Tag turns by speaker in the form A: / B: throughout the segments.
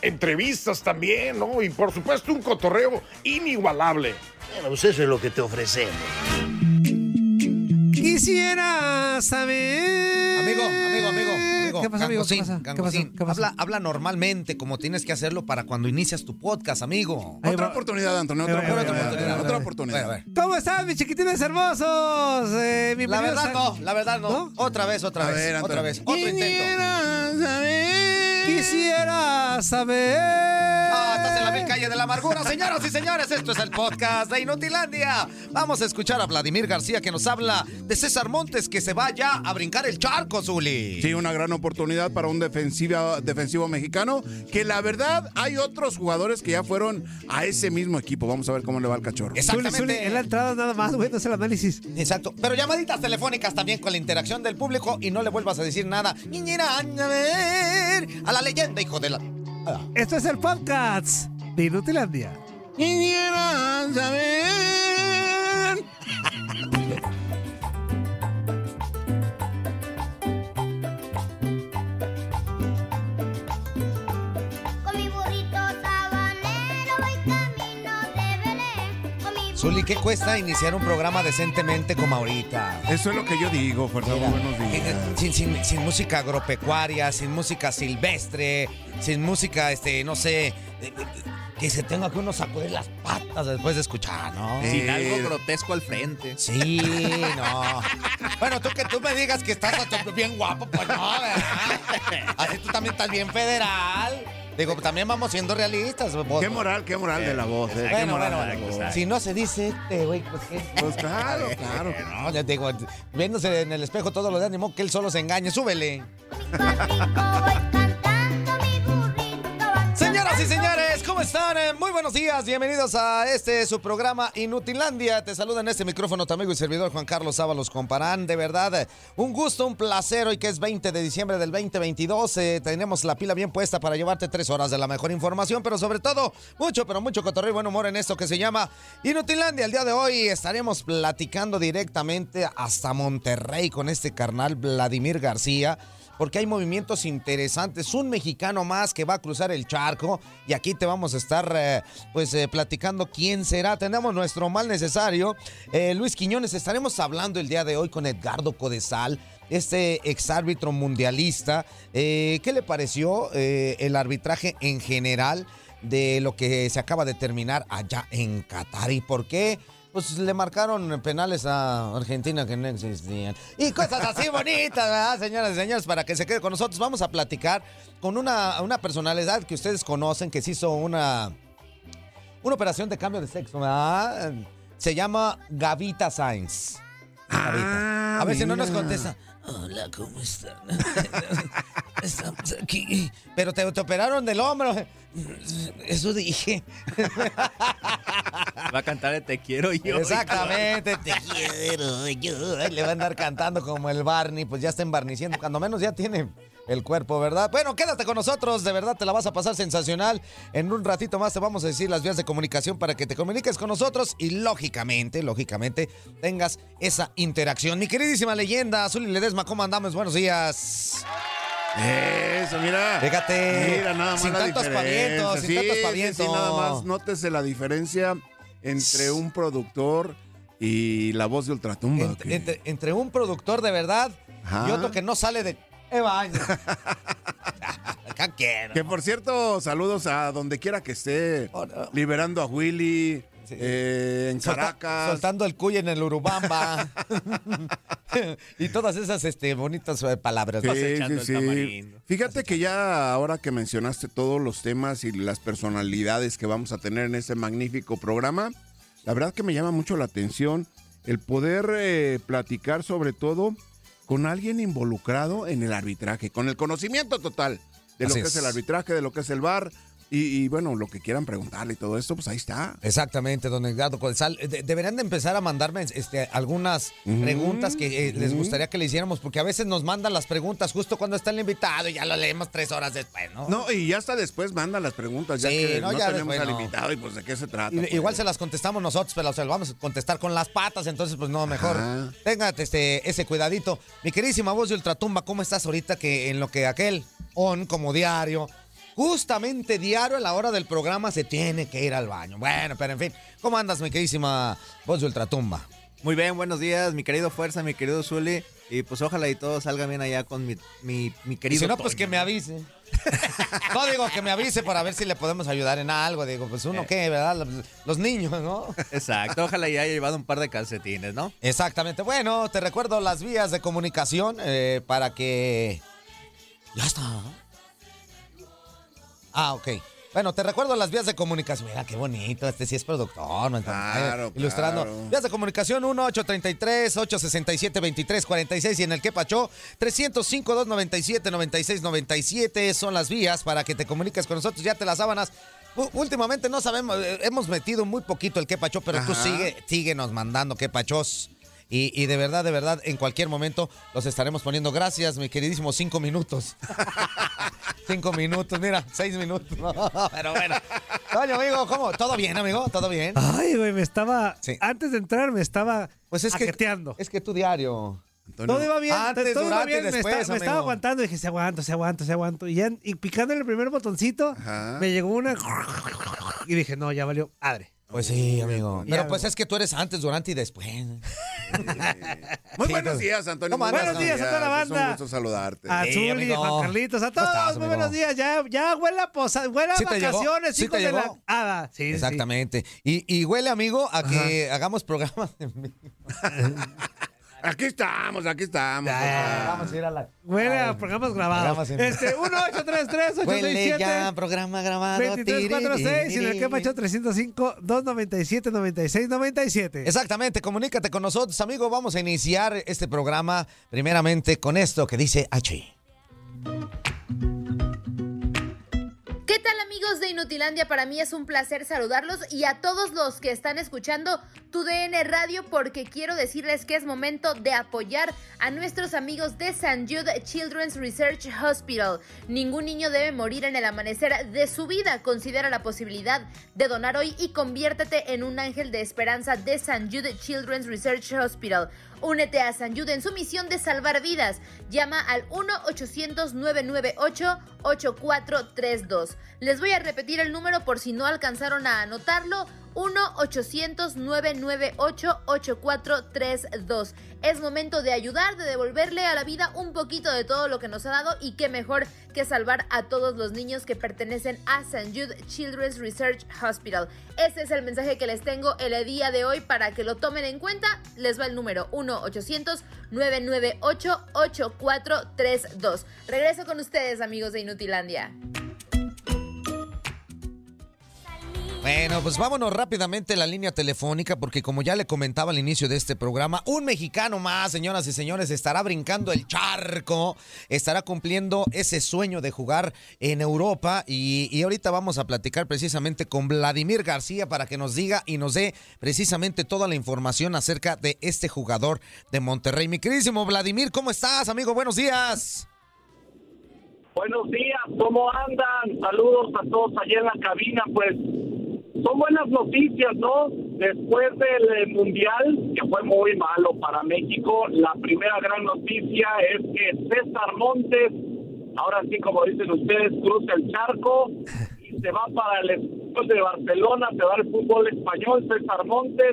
A: Entrevistas también, ¿no? Y por supuesto un cotorreo inigualable.
B: Bueno, pues eso es lo que te ofrecemos.
C: Quisiera saber.
D: Amigo, amigo, amigo. amigo.
C: ¿Qué pasa, amigo? ¿Qué
D: Gangosín,
C: pasa? ¿Qué pasa?
D: Gangosín,
C: ¿Qué pasa?
D: Habla, habla normalmente, como tienes que hacerlo para cuando inicias tu podcast, amigo.
C: Ahí
E: Otra
C: va.
E: oportunidad, Antonio. Otra
C: Ahí va, ahí va,
E: oportunidad.
C: ahí va, ahí va,
E: Otra
C: ahí va.
D: A ver, a
E: oportunidad.
D: ver.
C: ¿Cómo están, mis chiquitines hermosos? Eh,
D: La
C: bienvenidos
D: verdad
C: a-
D: no, la verdad no. Otra vez, otra
E: A
D: vez,
E: ver,
D: otra
E: Antonio.
D: vez. Otro intento.
E: Quisiera saber.
C: Quisiera saber.
D: Ah, estás en la mil calle de la amargura, señoras y señores. Esto es el podcast de Inutilandia. Vamos a escuchar a Vladimir García que nos habla de César Montes que se vaya a brincar el charco, Zuli.
E: Sí, una gran oportunidad para un defensiva- defensivo mexicano. Que la verdad, hay otros jugadores que ya fueron a ese mismo equipo. Vamos a ver cómo le va al cachorro.
C: Zuli,
D: Exactamente.
C: Zuli, es la entrada nada más, güey, no es el análisis.
D: Exacto. Pero llamaditas telefónicas también con la interacción del público y no le vuelvas a decir nada. Niñera, a ver, a la leyenda, hijo de la. Ah.
C: Esto es el podcast de Inutilandia.
E: Quisiera saber.
F: Con mi burrito sabanero voy camino de Belén. Con mi
D: Zuli, ¿qué
F: burrito
D: cuesta iniciar un programa decentemente como ahorita?
E: Eso es lo que yo digo, Fernando.
D: Mira, eh,
E: Buenos días.
D: Sin, sin- sin música agropecuaria, sin música silvestre, sin música, este, no sé, de- de- de- que se tenga que uno sacudir las patas después de escuchar, ¿no?
E: Sin algo
D: grotesco al frente. Sí, no. Bueno, tú que tú me digas que estás a tu- bien guapo, pues no, ¿verdad? Así tú también estás bien federal. Digo, también vamos siendo realistas. vos-
E: Qué moral, qué moral de la voz. eh. Qué
D: Bueno,
E: moral
D: bueno,
E: de la
D: bueno. pues,
E: voz.
D: Si no se dice este, güey, pues qué.
E: Pues claro, claro.
D: No, ya te digo, viéndose en el espejo todos los días, ni modo que él solo se engañe. Súbele.
F: voy cantando, mi burrito va
D: Señoras y señores, ¿cómo están? Eh, Muy buenos días, bienvenidos a este su programa Inutilandia. Te saluda en este micrófono tu amigo y servidor Juan Carlos Ábalos Comparán. De verdad, eh, un gusto, un placer. Hoy que es 20 de diciembre del 2022, eh, tenemos la pila bien puesta para llevarte tres horas de la mejor información, pero sobre todo, mucho, pero mucho cotorreo y buen humor en esto que se llama Inutilandia. El día de hoy estaremos platicando directamente hasta Monterrey con este carnal Vladimir García porque hay movimientos interesantes. Un mexicano más que va a cruzar el charco y aquí te vamos a estar eh, pues eh, platicando quién será. Tenemos nuestro mal necesario. Eh, Luis Quiñones, estaremos hablando el día de hoy con Edgardo Codesal, este exárbitro mundialista. Eh, ¿Qué le pareció eh, el arbitraje en general? de lo que se acaba de terminar allá en Qatar y por qué pues le marcaron penales a Argentina que no existían. Y cosas así bonitas, ¿verdad, señoras y señores? Para que se quede con nosotros, vamos a platicar con una, una personalidad que ustedes conocen, que se hizo una, una operación de cambio de sexo, ¿verdad? Se llama Gavita Sainz. Gavita. a ver si no nos contesta. Hola, ¿cómo están? Estamos aquí. Pero te, te operaron del hombro. Eso dije.
G: Va a cantar de Te quiero yo.
D: Exactamente, te quiero yo. Ahí Le va a andar cantando como el Barney, pues ya está embarniciendo, cuando menos ya tiene el cuerpo, ¿verdad? Bueno, quédate con nosotros, de verdad te la vas a pasar sensacional. En un ratito más te vamos a decir las vías de comunicación para que te comuniques con nosotros y lógicamente, lógicamente, tengas esa interacción. Mi queridísima leyenda, Azul y Ledesma, ¿cómo andamos? Buenos días.
E: Eso, mira.
D: Fíjate.
E: Mira, nada más.
D: Sin
E: la
D: tantos
E: diferencia.
D: pavientos, sin
E: Sí,
D: tantos
E: sí,
D: pavientos.
E: Sí, nada más. Nótese la diferencia entre un productor y la voz de Ultratumba. ¿o
D: Ent-
E: qué?
D: entre, entre un productor de verdad y
E: Ajá.
D: otro que no sale de... "Eh, baño". Acá quiero.
E: Que por cierto, saludos a donde quiera que esté.
D: Ahora.
E: Liberando a Willy,
D: Oh, Sí.
E: eh, en
D: Solta-
E: Caracas.
D: Soltando el cuy en el Urubamba. y todas esas este, bonitas eh, palabras.
E: Sí,
D: Vas echando
E: sí,
D: el
E: sí.
D: tamarindo.
E: Fíjate que ya ahora que mencionaste todos los temas y las personalidades que vamos a tener en este magnífico programa, la verdad que me llama mucho la atención el poder eh, platicar sobre todo con alguien involucrado en el arbitraje, con el conocimiento total de lo
D: Así
E: que es.
D: es.
E: el arbitraje, de lo que es el bar y, y, bueno, lo que quieran preguntarle y todo esto, pues ahí está.
D: Exactamente, don Edgardo Codesal. De- deberían de empezar a mandarme este, algunas
E: Ujú.
D: preguntas que eh, les
E: Ujú.
D: gustaría que le hiciéramos, porque a veces nos mandan las preguntas justo cuando está el invitado y ya lo leemos tres horas después, ¿no?
E: No, y ya hasta después manda las preguntas, ya
D: Sí,
E: que
D: no,
E: no,
D: ya
E: tenemos
D: después
E: al
D: no.
E: invitado y pues de qué se trata.
D: Y-
E: pues?
D: Igual se las contestamos nosotros, pero se las vamos a contestar con las patas, entonces pues no, mejor
E: Ajá.
D: tengan este, ese cuidadito. Mi queridísima voz de Ultratumba, ¿cómo estás ahorita que en lo que aquel on como diario, justamente diario a la hora del programa se tiene que ir al baño? Bueno, pero en fin, ¿cómo andas mi queridísima voz de Ultratumba?
G: Muy bien, buenos días, mi querido Fuerza, mi querido Zuli. Y pues ojalá y todo salga bien allá con mi, mi, mi
D: Y
G: querido.
D: si no, pues
G: Toño,
D: que me avise. No digo que me avise para ver si le podemos ayudar en algo, digo, pues uno
G: Eh.
D: qué, ¿verdad? Los- Los niños, ¿no?
G: Exacto, ojalá y haya llevado un par de calcetines, ¿no?
D: Exactamente. Bueno, te recuerdo las vías de comunicación eh, para que. Ya está. Ah, ok. Bueno, te recuerdo las vías de comunicación. Mira, qué bonito. Este sí es productor. ¿no? eh,
E: Claro,
D: Ilustrando.
E: claro.
D: Vías de comunicación 1-833-867-2346 y en el Quepacho 305-297-9697 son las vías para que te comuniques con nosotros. Ya te las sábanas. U- Últimamente no sabemos, eh, hemos metido muy poquito el Quepacho, pero tú
E: Ajá.
D: sigue, síguenos mandando Quepachos. Y, y de verdad, de verdad, en cualquier momento los estaremos poniendo. Gracias, mi queridísimo, cinco minutos. cinco minutos, mira, seis minutos. pero bueno. Toño, amigo, ¿cómo? ¿Todo bien, amigo? ¿Todo bien?
C: Ay, güey, me estaba.
D: Sí.
C: Antes de entrar, me estaba
D: Pues es que,
C: ajeteando.
D: es que tu diario.
E: Antonio,
C: Todo iba bien,
D: Antes,
C: todo iba
D: durante y
C: bien, me,
D: después,
C: esta- me estaba
D: amigo.
C: aguantando y dije, se aguanto, se aguanto, se aguanto. Y ya y picándole el primer botoncito,
E: Ajá.
C: me llegó una y dije, no, ya valió, padre.
D: Pues sí, amigo.
C: Ya,
D: Pero
C: amigo.
D: pues es que tú eres antes, durante y después.
E: Muy
D: Sí,
E: buenos
D: entonces,
E: días, Antonio.
D: ¿cómo
E: Muy
D: andas?
C: Buenos días a toda la
E: Es
C: banda.
E: un gusto saludarte.
C: A
D: Sí,
C: Zuli,
D: amigo.
C: Juan Carlitos, a
D: ¿Cómo
C: todos,
D: estás,
C: muy
D: amigo?
C: buenos días, ya, ya huele a posada, huele a
D: ¿Sí te llegó?
C: vacaciones,
D: ¿Sí
C: chicos
D: te
C: de la
D: llegó?
C: nada. Sí, sí, sí.
D: Exactamente. Y, y huele, amigo, a que hagamos programas. en vivo.
E: Aquí estamos, aquí estamos.
D: Vamos a ir a la.
C: Huele
D: Ay,
C: a programas grabados.
D: programas en-
C: Este, 1833
D: Huele ya,
C: 867
D: programa grabado.
C: 2346 y en el
D: tiriri.
C: Kepacho 305 297 96 97.
D: Exactamente, comunícate con nosotros, amigo. Vamos a iniciar este programa primeramente con esto que dice H.
H: ¿Qué tal amigos de Inutilandia? Para mí es un placer saludarlos y a todos los que están escuchando tu DN Radio porque quiero decirles que es momento de apoyar a nuestros amigos de San Jude Children's Research Hospital. Ningún niño debe morir en el amanecer de su vida. Considera la posibilidad de donar hoy y conviértete en un ángel de esperanza de San Jude Children's Research Hospital. Únete a San Jude en su misión de salvar vidas. Llama al 1-800-998-8432. Les voy a repetir el número por si no alcanzaron a anotarlo. 1-800-998-8432. Es momento de ayudar, de devolverle a la vida un poquito de todo lo que nos ha dado y qué mejor que salvar a todos los niños que pertenecen a St. Jude Children's Research Hospital. Este es el mensaje que les tengo el día de hoy para que lo tomen en cuenta. Les va el número 1-800-998-8432. Regreso con ustedes, amigos de Inutilandia.
D: Bueno, pues vámonos rápidamente a la línea telefónica porque como ya le comentaba al inicio de este programa, un mexicano más, señoras y señores, estará brincando el charco, estará cumpliendo ese sueño de jugar en Europa y, y ahorita vamos a platicar precisamente con Vladimir García para que nos diga y nos dé precisamente toda la información acerca de este jugador de Monterrey. Mi queridísimo Vladimir, ¿cómo estás, amigo? Buenos días.
I: Buenos días, ¿cómo andan? Saludos a todos allá en la cabina, pues son buenas noticias, ¿no? Después del eh, Mundial, que fue muy malo para México, la primera gran noticia es que César Montes, ahora sí como dicen ustedes, cruza el charco y se va para el español de Barcelona, se va al fútbol español, César Montes,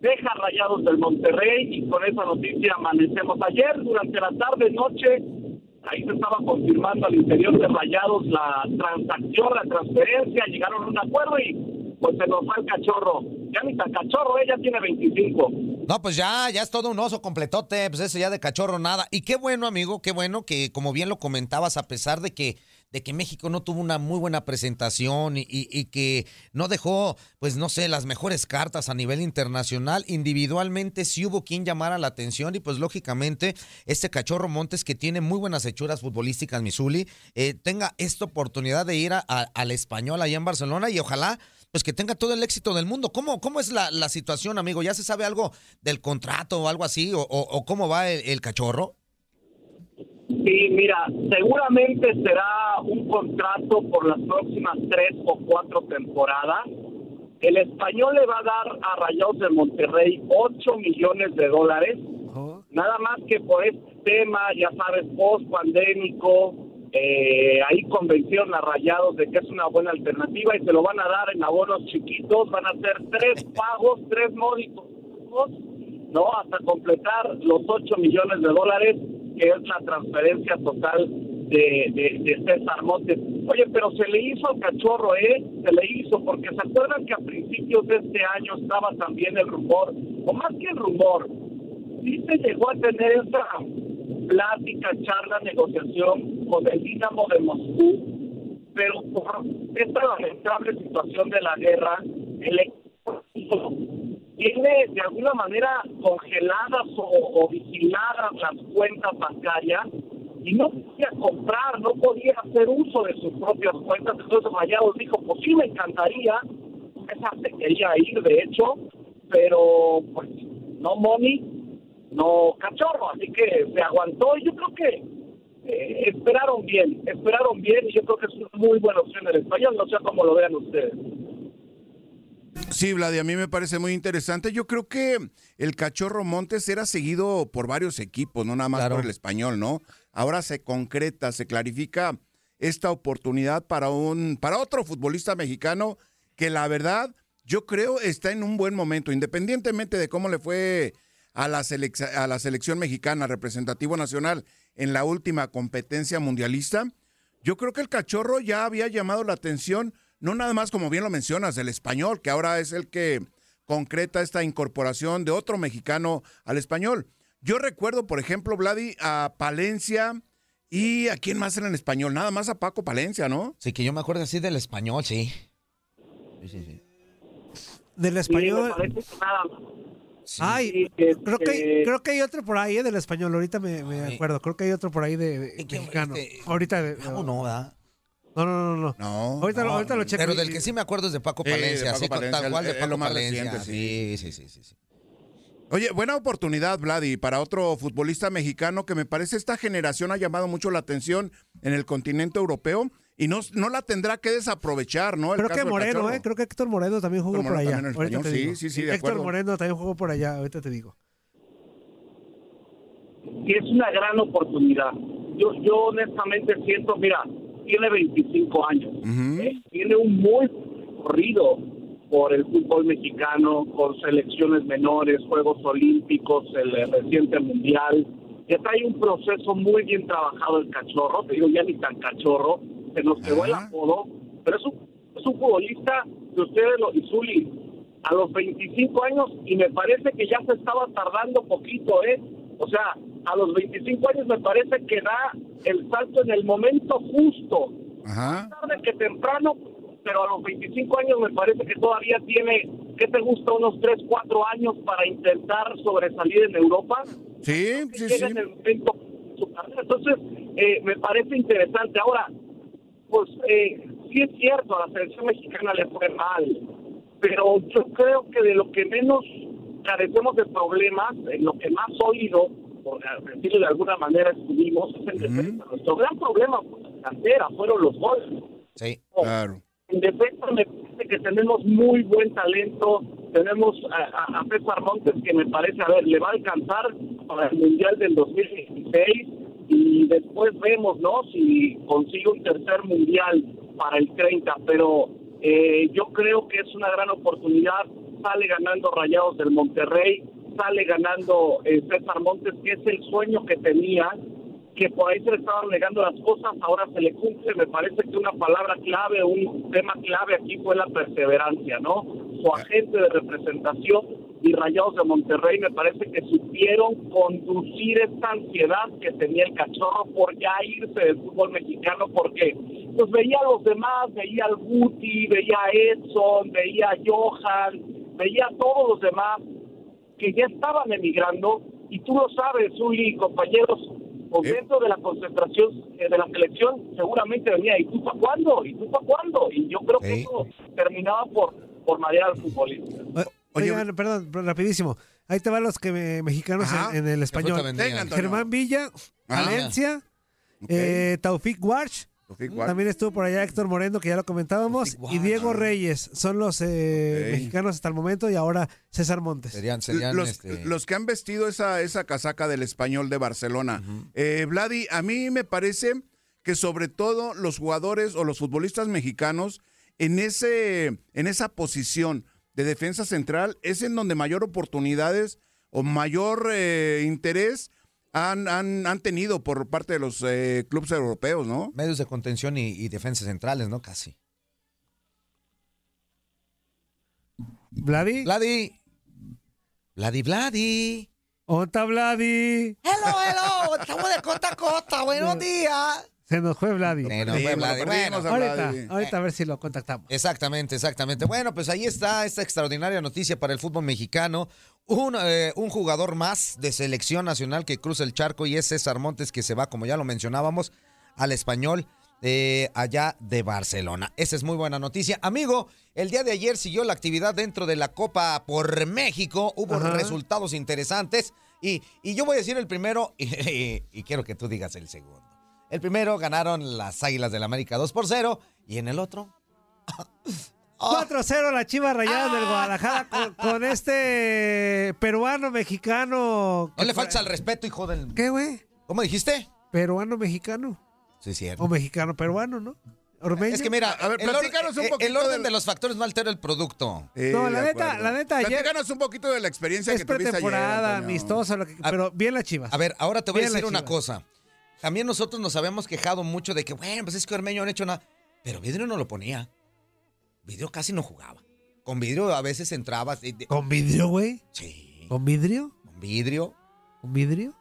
I: deja rayados del Monterrey y con esa noticia amanecemos. Ayer, durante la tarde, noche, ahí se estaba confirmando al interior de rayados la transacción, la transferencia, llegaron a un acuerdo y pues se nos va el cachorro. Ya ni tan cachorro, ella tiene 25.
D: No, pues ya, ya es todo un oso completote, pues eso ya de cachorro nada. Y qué bueno, amigo, qué bueno que, como bien lo comentabas, a pesar de que, de que México no tuvo una muy buena presentación y, y- y que no dejó, pues no sé, las mejores cartas a nivel internacional, individualmente sí hubo quien llamara la atención y pues lógicamente este cachorro Montes que tiene muy buenas hechuras futbolísticas, Misuli, eh, tenga esta oportunidad de ir a- a- al español allá en Barcelona y ojalá pues que tenga todo el éxito del mundo. ¿Cómo, cómo es la, la situación, amigo? ¿Ya se sabe algo del contrato o algo así? ¿O, o- o cómo va el, el cachorro?
I: Sí, mira, seguramente será un contrato por las próximas tres o cuatro temporadas. El español le va a dar a Rayados de Monterrey 8 millones de dólares. Nada más que por este tema, ya sabes, post pandémico, ahí convencieron a Rayados de que es una buena alternativa y se lo van a dar en abonos chiquitos. Van a hacer tres pagos, tres módicos, ¿no? Hasta completar los 8 millones de dólares, que es la transferencia total de, de, de César Montes. Oye, pero se le hizo al cachorro, ¿eh? Se le hizo, porque se acuerdan que a principios de este año estaba también el rumor, o más que el rumor, sí se llegó a tener esa plática, charla, negociación con el Dinamo de Moscú, pero por esta lamentable situación de la guerra, el equipo tiene de alguna manera congeladas o, o vigiladas las cuentas bancarias y no podía comprar, no podía hacer uso de sus propias cuentas. Entonces Rayados dijo, pues sí me encantaría, esa se quería ir de hecho, pero pues no money, no cachorro, así que se aguantó y yo creo que eh, esperaron bien, esperaron bien y yo creo que es una muy buena opción el español, no sé cómo lo vean ustedes.
E: Sí, Vladi, a mí me parece muy interesante. Yo creo que el Cachorro Montes era seguido por varios equipos, no nada más por el español, ¿no? Ahora se concreta, se clarifica esta oportunidad para un para otro futbolista mexicano que la verdad yo creo está en un buen momento, independientemente de cómo le fue a la, selec- a la selección mexicana, representativo nacional en la última competencia mundialista. Yo creo que el cachorro ya había llamado la atención, no nada más como bien lo mencionas, del español, que ahora es el que concreta esta incorporación de otro mexicano al español. Yo recuerdo, por ejemplo, Vladi, a Palencia y a quién más era en español, nada más a Paco Palencia, ¿no?
D: Sí, que yo me acuerdo así del español, sí.
C: Del
I: Sí,
C: español.
I: me parece que nada más.
C: Ay,
I: Sí,
C: creo que,
I: este,
C: creo que hay otro por ahí eh, del español. Ahorita me, me acuerdo. Creo que hay otro por ahí de, de mexicano. Ahorita. de-
D: no,
C: No, no, no, no. ahorita, lo- ahorita lo checo.
D: Pero
C: y-
D: del que sí me acuerdo es de Paco
C: Sí, de
D: Palencia,
C: Paco
D: así con-
C: Palencia,
D: tal cual de
C: es
D: Paco
C: lo más
D: Palencia.
C: reciente,
D: sí, sí, sí, sí, sí.
E: Oye, buena oportunidad, Vladi, para otro futbolista mexicano que me parece esta generación ha llamado mucho la atención en el continente europeo y no, no la tendrá que desaprovechar, ¿no? El
C: Creo
E: caso
C: que
E: del
C: Moreno,
E: Cachorro.
C: eh, creo que Héctor Moreno también jugó
E: Héctor
C: por
E: Moreno
C: allá.
E: también en
C: Ahorita
E: español,
C: te
E: sí,
C: digo.
E: sí, sí, de
C: Héctor
E: acuerdo.
C: Moreno también jugó por allá, ahorita te digo.
I: que es una gran oportunidad. Yo, yo honestamente siento, mira, tiene 25 años, ¿eh? tiene un muy buen corrido por el fútbol mexicano, con selecciones menores, Juegos Olímpicos, el eh, reciente Mundial. Ya trae un proceso muy bien trabajado el cachorro, te digo ya ni tan cachorro, se nos quedó el apodo, pero es un, es un futbolista que ustedes lo, y Zuli, a los 25 años y me parece que ya se estaba tardando poquito, ¿eh? O sea, a los 25 años me parece que da el salto en el momento justo,
E: Ajá.
I: tarde que temprano, pero a los 25 años me parece que todavía tiene, ¿qué te gusta? Unos 3, 4 años para intentar sobresalir en Europa.
E: Sí,
I: sí, sí. Entonces, eh, me parece interesante. Ahora, pues eh, sí es cierto, a la selección mexicana le fue mal, pero yo creo que de lo que menos carecemos de problemas, en lo que más sólido, por decirlo de alguna manera, estuvimos, es en defensa. Nuestro gran problema fue la cantera, fueron los goles.
C: ¿eh?
D: Sí,
E: claro.
I: En defensa me parece que tenemos muy buen talento, tenemos a, a- a César Montes que me parece, a ver, le va a alcanzar para el Mundial del 2016 y después vemos, ¿no? Si consigue un tercer Mundial para el 30, pero eh, yo creo que es una gran oportunidad, sale ganando Rayados del Monterrey, sale ganando eh, César Montes, que es el sueño que tenía que por ahí se le estaban negando las cosas, ahora se le cumple. Me parece que una palabra clave, un tema clave aquí fue la perseverancia, ¿no? Su agente de representación y Rayados de Monterrey me parece que supieron conducir esta ansiedad que tenía el cachorro por ya irse del fútbol mexicano, porque pues veía a los demás, veía al Guti, veía a Edson, veía a Johan, veía a todos los demás que ya estaban emigrando, y tú lo sabes, Uli, compañeros, por dentro de la concentración eh, de la selección, seguramente venía, ¿y tú para cuándo? ¿Y tú para cuándo? Y yo creo que
C: Sí.
I: eso terminaba por, por marear al futbolista.
C: Oigan, perdón, pero rapidísimo. Ahí te van los que me- mexicanos
I: Ajá.
C: en, en el
I: Que
C: español.
I: fue Tavendía. Venga, Antonio.
C: Germán Villa,
E: Ah.
C: Valencia,
E: Ok.
C: eh, Taufik Warch.
E: Taufik Warch.
C: También estuvo por allá Héctor Moreno, que ya lo comentábamos, y Diego Reyes. Son los eh,
E: Ok.
C: mexicanos hasta el momento y ahora César Montes.
E: los,
D: este
E: los que han vestido esa, esa casaca del español de Barcelona. Eh, Vladi, a mí me parece que sobre todo los jugadores o los futbolistas mexicanos en, ese, en esa posición de defensa central es en donde mayor oportunidades o mayor eh, interés han, han- han tenido por parte de los eh, clubes europeos, ¿no?
D: Medios de contención y, y defensas centrales, ¿no? Casi.
C: ¿Vladi?
D: Vladi. Vladi, Vladi.
C: ¿Onta Vladi?
D: Hello, hello. Estamos de costa a costa. Buenos días.
C: Se nos fue Vladi.
D: nos fue Sí, Vladi. lo perdimos a
C: ahorita,
D: Vladi.
C: ahorita a ver si lo contactamos.
D: Exactamente, exactamente. Bueno, pues ahí está esta extraordinaria noticia para el fútbol mexicano. Un, eh, un jugador más de selección nacional que cruza el charco y es César Montes que se va, como ya lo mencionábamos, al español eh, allá de Barcelona. Esa es muy buena noticia. Amigo, el día de ayer siguió la actividad dentro de la Copa por México. Hubo resultados interesantes y, y yo voy a decir el primero y- y quiero que tú digas el segundo. El primero ganaron las Águilas del América 2 por 0 y en el otro
C: 4-0 la Chivas Rayadas del Guadalajara con, con este peruano mexicano.
D: No le falta el respeto, hijo del.
C: ¿Qué, güey?
D: ¿Cómo dijiste?
C: Peruano mexicano.
D: Sí, cierto.
C: O mexicano peruano, ¿no? Ormeño.
D: Es que mira, el, or- eh, el orden de los factores no altera el producto.
C: No, la neta, la neta, ayer-
E: Platícanos un poquito de la experiencia
C: Es
E: que tuviste ayer.
C: pretemporada,
E: Antonio.
C: amistosa, lo que- pero bien las Chivas.
D: A ver, ahora te voy a
C: Bien las
D: decir una
C: Chivas.
D: cosa. También nosotros nos habíamos quejado mucho de que, bueno, pues es que Ormeño no ha hecho nada. Pero Vidrio no lo ponía. Vidrio casi no jugaba. Con Vidrio a veces entraba. de- de-
C: ¿Con vidrio, güey?
D: Sí.
C: ¿Con vidrio?
D: Con vidrio.
C: ¿Con vidrio?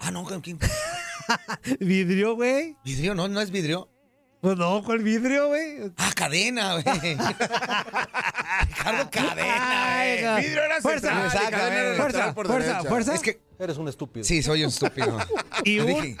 D: Ah, no, ¿con quién?
C: ¿Vidrio, güey?
D: Vidrio, no, no es vidrio.
C: Pues no, ¿cuál vidrio, güey?
D: Ah, cadena, güey. Ricardo
C: Ay,
D: Cadena,
C: no.
D: güey. Vidrio era
C: Fuerza,
D: central y
C: fuerza,
D: Cadena era
C: fuerza,
D: lateral por
C: fuerza,
D: derecha.
C: fuerza.
D: Es que
J: Eres un estúpido.
D: Sí, soy un estúpido.
C: Y
D: Lo
C: un-
D: dije.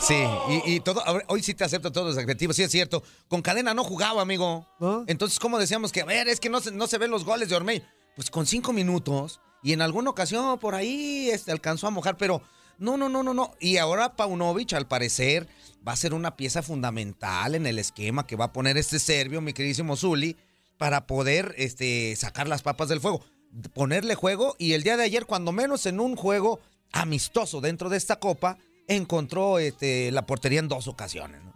D: Sí, y, y todo, ahora- hoy sí te acepto todos los adjetivos, sí es cierto. Con cadena no jugaba, amigo. Entonces, ¿cómo decíamos que, a ver, es que no se, no se ven los goles de Ormeño? Pues con cinco minutos, y en alguna ocasión por ahí este, alcanzó a mojar, pero no, no, no, no, no. Y ahora Paunovic, al parecer, va a ser una pieza fundamental en el esquema que va a poner este serbio, mi queridísimo Zuli, para poder este, sacar las papas del fuego, ponerle juego. Y el día de ayer, cuando menos en un juego amistoso dentro de esta copa, encontró este, la portería en dos ocasiones. ¿no?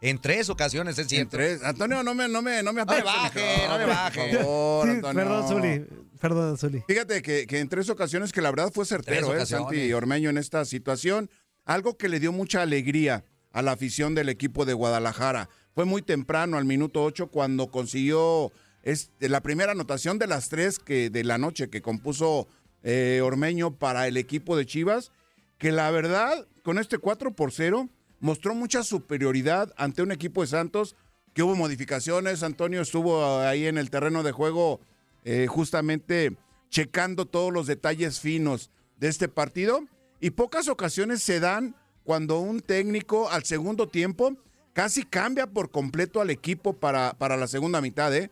D: En tres ocasiones, es cierto.
E: tres. Antonio, no me, no me, no me apagues el
D: baje, no me baje.
E: Por favor,
C: Sí,
E: Ah, Antonio.
C: Perdón, Zuli. Perdón, Zuli.
E: Fíjate que, que en tres ocasiones, que la verdad fue certero,
C: Tres
E: ¿eh?
C: ocasiones.
E: Santi Ormeño en esta situación. Algo que le dio mucha alegría a la afición del equipo de Guadalajara. Fue muy temprano, al minuto 8, cuando consiguió este, la primera anotación de las tres que, de la noche que compuso eh, Ormeño para el equipo de Chivas. Que la verdad, con este 4 por 0, mostró mucha superioridad ante un equipo de Santos que hubo modificaciones. Antonio estuvo ahí en el terreno de juego eh, justamente checando todos los detalles finos de este partido. Y pocas ocasiones se dan cuando un técnico al segundo tiempo casi cambia por completo al equipo para, para la segunda mitad, ¿eh?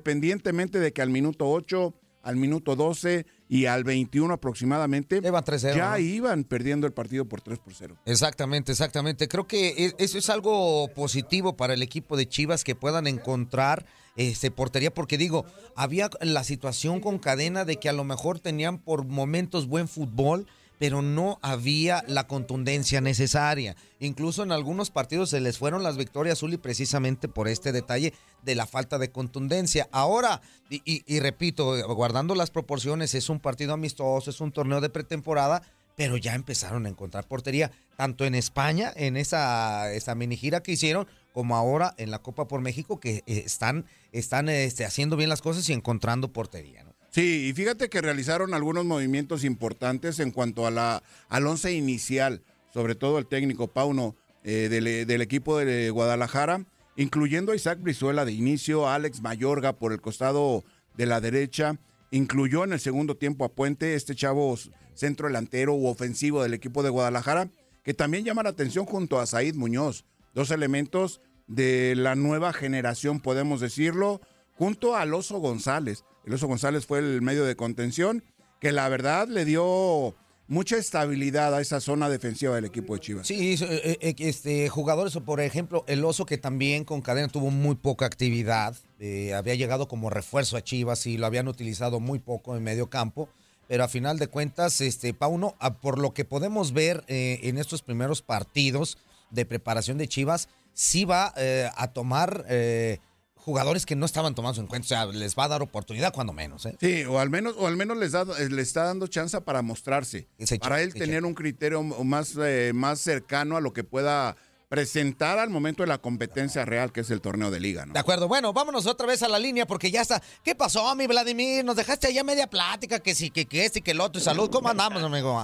E: independientemente de que al minuto 8, al minuto 12 y al 21 aproximadamente, ya
D: ¿no?
E: iban perdiendo el partido por 3 por 0.
D: Exactamente, exactamente. Creo que e- eso es algo positivo para el equipo de Chivas que puedan encontrar este portería, porque digo, había la situación con cadena de que a lo mejor tenían por momentos buen fútbol, pero no había la contundencia necesaria. Incluso en algunos partidos se les fueron las victorias, Uli, precisamente por este detalle de la falta de contundencia. Ahora, y, y- y repito, guardando las proporciones, es un partido amistoso, es un torneo de pretemporada, pero ya empezaron a encontrar portería, tanto en España, en esa, esa mini gira que hicieron, como ahora en la Copa por México, que eh, están, están este, haciendo bien las cosas y encontrando portería. ¿no?
E: Sí, y fíjate que realizaron algunos movimientos importantes en cuanto a la, al once inicial, sobre todo el técnico Pauno eh, del, del equipo de Guadalajara, incluyendo a Isaac Brizuela de inicio, a Alex Mayorga por el costado de la derecha, incluyó en el segundo tiempo a Puente, este chavo centro delantero u ofensivo del equipo de Guadalajara, que también llama la atención junto a Said Muñoz, dos elementos de la nueva generación, podemos decirlo, junto al Oso González. El Oso González fue el medio de contención que la verdad le dio mucha estabilidad a esa zona defensiva del equipo de Chivas.
D: Sí, eso, eh, eh, este, jugadores, o por ejemplo, el Oso, que también con cadena tuvo muy poca actividad, eh, había llegado como refuerzo a Chivas y lo habían utilizado muy poco en medio campo. Pero a final de cuentas, este, Pauno, a- por lo que podemos ver eh, en estos primeros partidos de preparación de Chivas, sí va eh, a tomar eh, jugadores que no estaban tomados en cuenta. O sea, les va a dar oportunidad cuando menos. ¿eh?
E: Sí, o al menos, o al menos les, da, eh, le está dando chance para mostrarse. para él tener un criterio más, eh, más cercano a lo que pueda presentar al momento de la competencia real, que es el torneo de liga, ¿no?
D: De acuerdo, bueno, vámonos otra vez a la línea porque ya está. ¿Qué pasó, mi Vladimir? Nos dejaste allá media plática, que sí, que, que este, que el otro. Salud, ¿cómo andamos, amigo?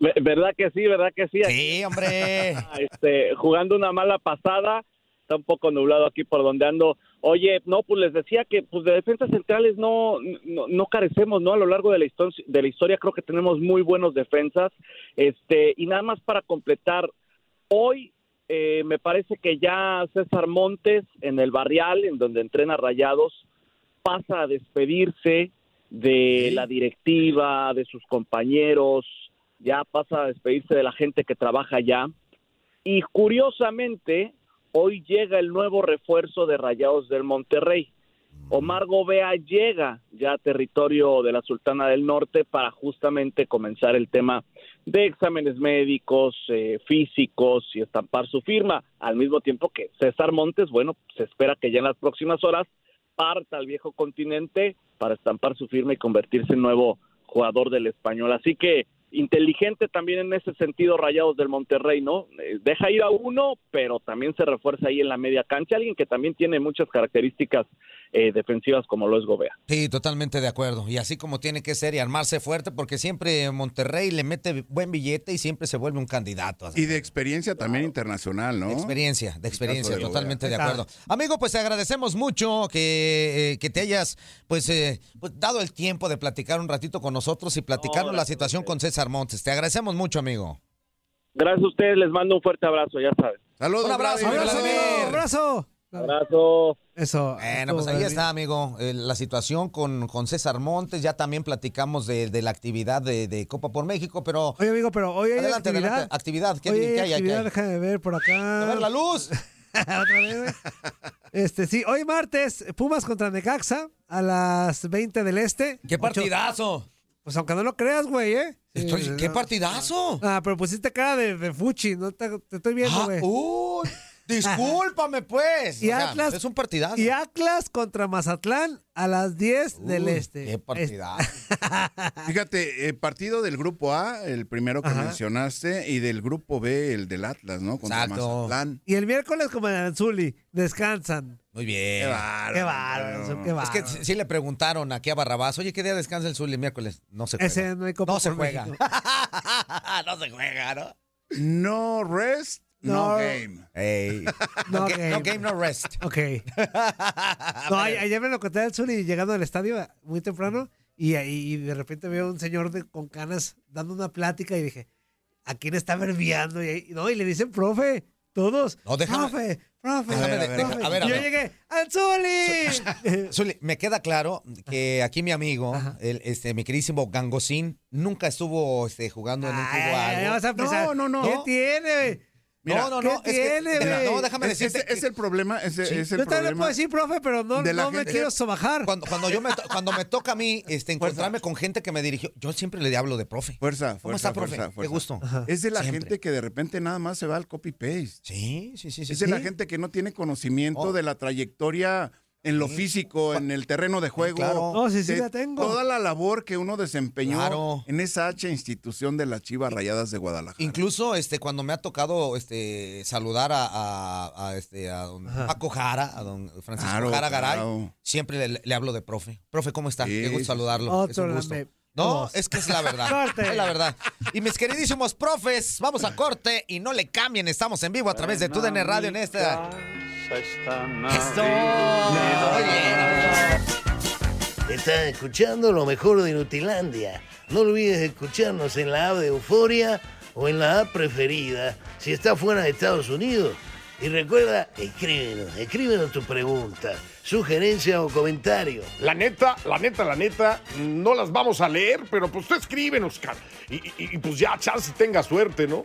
J: Ve- ¿Verdad que sí? ¿Verdad que sí?
D: Sí, hombre.
J: Este, jugando una mala pasada, está un poco nublado aquí por donde ando. Oye, no, pues les decía que pues de defensas centrales no, no, no carecemos, ¿no? A lo largo de la, histor- de la historia creo que tenemos muy buenos defensas. Este, y nada más para completar, hoy eh, me parece que ya César Montes en el barrial, en donde entrena Rayados, pasa a despedirse de la directiva, de sus compañeros, ya pasa a despedirse de la gente que trabaja allá. Y curiosamente, hoy llega el nuevo refuerzo de Rayados del Monterrey. Omar Gobea llega ya a territorio de la Sultana del Norte para justamente comenzar el tema de exámenes médicos, eh, físicos y estampar su firma. Al mismo tiempo que César Montes, bueno, se espera que ya en las próximas horas parta al viejo continente para estampar su firma y convertirse en nuevo jugador del español. Así que inteligente también en ese sentido Rayados del Monterrey, ¿no? Eh, Deja ir a uno, pero también se refuerza ahí en la media cancha, alguien que también tiene muchas características eh, defensivas como lo es Gobea.
D: Sí, totalmente de acuerdo. Y así como tiene que ser y armarse fuerte, porque siempre Monterrey le mete buen billete y siempre se vuelve un candidato.
E: Y de experiencia también internacional, ¿no?
D: De experiencia, de experiencia,
E: de Gobea.
D: totalmente de acuerdo. Amigo, pues te agradecemos mucho que, eh, que te hayas pues, eh, pues, dado el tiempo de platicar un ratito con nosotros y platicarnos la situación con César Montes. Te agradecemos mucho, amigo.
J: Gracias a ustedes, les mando un fuerte abrazo, ya saben.
D: un abrazo,
C: Vladimir.
D: abrazo.
C: abrazo.
J: Abrazo.
C: Eso.
D: Bueno, pues ahí está, amigo, eh, la situación con, con César Montes. Ya también platicamos de, de la actividad de, de Copa por México, pero...
C: Oye, amigo, pero hoy hay
D: Adelante,
C: actividad.
D: adelante. Actividad, Pues, ¿qué-
C: Hoy
D: qué hay,
C: hay
D: qué hay, qué
C: actividad,
D: hay?
C: déjame ver por acá.
D: A ver la luz.
C: Otra vez, güey. Este, sí, hoy martes, Pumas contra Necaxa a las 20 del Este.
D: ¡Qué partidazo!
C: Pues aunque no lo creas, güey, ¿eh?
D: Estoy-
C: Sí,
D: ¡Qué
C: no.
D: partidazo!
C: Ah, pero pusiste cara de, de fuchi, no te, te estoy viendo,
D: Ah,
C: güey.
D: uy, discúlpame, pues.
C: Y
D: O sea,
C: Atlas,
D: es un partidazo.
C: Y Atlas contra Mazatlán a las 10 del
E: Uy,
C: Este.
E: qué
D: partidazo.
E: Fíjate, eh, partido del grupo A, el primero que
C: Ajá.
E: mencionaste, y del grupo B, el del Atlas, ¿no? Contra Mazatlán.
C: Y el miércoles como en Anzuli, descansan.
D: Muy bien.
E: Qué bárbaro.
C: Qué bárbaro, qué
D: Es que
C: bárbaro.
D: sí sí le preguntaron aquí a Barrabás, oye, ¿qué día descansa el Zuli? El miércoles. No se juega.
C: Ese no hay Copa
D: No se
C: por
D: juega.
C: México.
B: Ah,
D: no se juega, ¿no?
E: No rest, no,
C: No.
E: game.
D: Ey.
C: No,
D: No, ga- no game, no rest.
C: Ok. No, a- ayer me lo conté al Zuli llegando al estadio muy temprano y, ahí y de repente veo a un señor de- con canas dando una plática y dije, ¿a quién está verbiando? Y, ahí- no, y le dicen, profe, todos.
D: No, déjame-
C: Profe, profe.
D: Déjame de-
C: profe".
D: deja- a ver, a
C: Y yo
D: ver.
C: llegué, ¡Anzuli!
D: Zuli, me queda claro que aquí mi amigo, el, este, mi queridísimo Gangosín, nunca estuvo este, jugando en un club
C: Ay,
D: o
C: ay, ay,
D: algo.
C: vas a empezar.
E: No, no, no.
C: ¿Qué
E: No.
C: tiene, güey?
E: Mira,
D: no, no, no.
C: ¿Qué
D: es que-
C: tiene,
D: mira,
C: güey?
D: no, déjame
E: Es,
D: decirte.
E: es- es el problema, es, es el
C: Yo también le
E: problema.
C: puedo decir, profe, pero no,
E: de la
C: no me
E: gente-
C: quiero sobajar.
D: Cuando, cuando yo me to- cuando me toca a mí este, encontrarme con gente que me dirigió, yo siempre le hablo de profe.
E: Fuerza, fuerza,
D: ¿Cómo está, profe?
E: fuerza,
D: Qué
E: fuerza.
D: gusto.
E: Es de la
D: Siempre.
E: gente que de repente nada más se va al copy-paste.
D: Sí, sí, sí, sí.
E: Es de la
D: sí.
E: gente que no tiene conocimiento
D: Oh.
E: de la trayectoria en lo físico, en el terreno de juego.
C: Claro. No, sí, sí
E: de
C: la tengo.
E: Toda la labor que uno desempeñó
D: Claro.
E: en esa hacha institución de las Chivas Rayadas de Guadalajara.
D: Incluso este, cuando me ha tocado este, saludar a, a- a, este, a don
E: Ajá.
D: Paco Jara, a don Francisco
E: Claro,
D: Jara Garay,
E: claro.
D: siempre le, le hablo de profe. Profe, ¿cómo está?
E: Sí,
D: Qué gusto
E: sí, sí.
D: saludarlo. es
C: Otro
D: un gusto.
C: lambe-
D: No,
C: Vamos.
D: es que es la verdad.
C: Corte.
D: es la verdad. Y mis queridísimos profes, vamos a corte y no le cambien. Estamos en vivo a través de TUDN Radio en esta. ¡Eso! Muy bien.
B: Estás escuchando lo mejor de Nutilandia. No olvides escucharnos en la app de Euforia o en la app preferida si estás fuera de Estados Unidos. Y recuerda, escríbenos, escríbenos tu pregunta, sugerencia o comentario.
A: La neta, la neta, la neta, no las vamos a leer, pero pues tú escríbenos, Oscar. Y, y- y pues ya, chance tenga suerte, ¿no?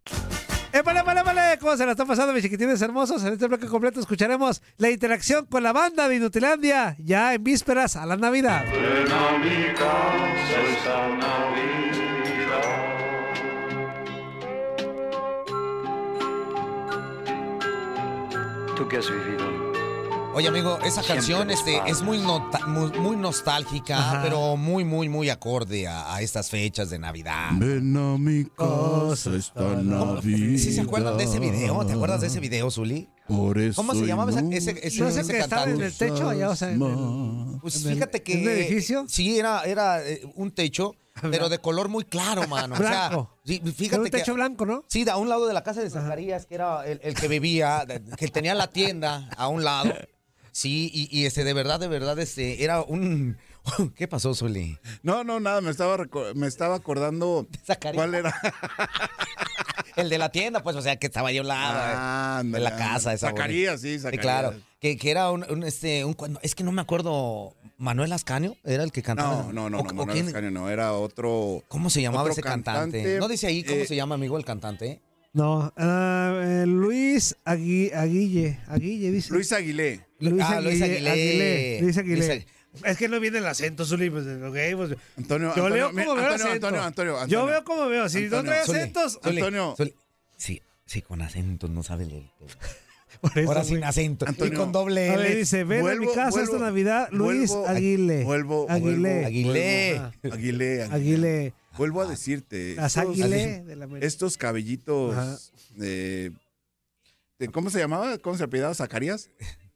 C: ¡Épale, Eh, vale, vale! ¿Cómo se la están pasando, mis chiquitines hermosos? En este bloque completo escucharemos la interacción con la banda de Inutilandia, ya en vísperas a la Navidad.
K: Ven a mi casa esta Navidad.
D: Tú que has vivido. Oye, amigo, esa
K: Siempre
D: canción
K: los
D: este,
K: padres.
D: es muy, nota- muy, muy nostálgica,
K: Ajá.
D: pero muy, muy, muy acorde a, a estas fechas de Navidad.
E: Ven a mi casa esta Navidad.
D: ¿Sí se acuerdan de ese video? ¿Te acuerdas de ese video, Zuli?
E: Por eso
D: ¿Cómo se llamaba esa- ese, ese,
C: No sé
D: ese
C: que estaba en
D: cantante?
C: el techo allá, o sea, en el-
D: Pues
C: en el-
D: fíjate que.
C: ¿En el edificio?
D: Sí, era, era eh, un techo, pero de color muy claro, mano.
C: Blanco.
D: O sea, sí, fíjate
C: Era un techo
D: blanco, ¿no? Sí, a un lado de la casa de Zacarías, que era el, el que vivía, de- que tenía la tienda a un lado. Sí, y, y, este, de verdad, de verdad, este, era un. ¿Qué pasó, Zuli?
E: No, no, nada, me estaba, reco- me estaba acordando cuál era.
D: El de la tienda, pues, o sea, que estaba ahí a un lado.
E: Ah,
D: eh, de
E: ándale,
D: la casa, esa
E: Zacarías,
D: bonita.
E: sí, Zacarías.
D: claro. Que, que era un, un, este, un, cuando- es que no me acuerdo, ¿Manuel Ascanio era el que cantaba?
E: No, no, no,
D: ¿O-
E: no,
D: o
E: Manuel
D: quién?
E: Ascanio no, era otro.
D: ¿Cómo se llamaba
E: otro
D: ese cantante? ¿No dice ahí cómo
E: eh,
D: se llama, amigo, el cantante?
C: No, ah, eh, Luis Agui- Aguille, Aguille dice.
E: Luis Aguilé.
C: Luis
D: Ah, Luis Aguilé.
C: Aguilé, Aguilé, Luis Aguilé.
D: Luis Agu-
C: Es que no viene el acento, Zuli. Pues, ok, pues,
E: Antonio,
C: yo
E: Antonio,
C: leo
E: mira,
C: como veo
E: Antonio,
C: el acento.
E: Antonio, Antonio,
C: Yo
E: Antonio.
C: veo como veo. Si no
E: Antonio.
C: trae
E: Zuli,
C: acentos,
D: Zuli,
E: Antonio.
D: Zuli. Sí, sí, con acentos no sabe leer. Ahora sin acento.
E: Antonio.
D: Y con doble
C: A
D: L.
C: ver, dice, ven a mi
E: Vuelvo-
C: casa
E: vuelvo-
C: esta Navidad, Luis
E: vuelvo-
C: Aguilé.
E: Vuelvo,
C: Aguilé.
E: vuelvo-
D: Aguilé.
E: vuelvo- Aguilé, Aguilé.
C: Aguilé.
E: Vuelvo a decirte.
C: Las
E: estos-
C: Aguilé de la América.
E: Estos
C: Ajá.
E: cabellitos. eh, de- ¿Cómo se llamaba? ¿Cómo se apellidaba? ¿Zacarías?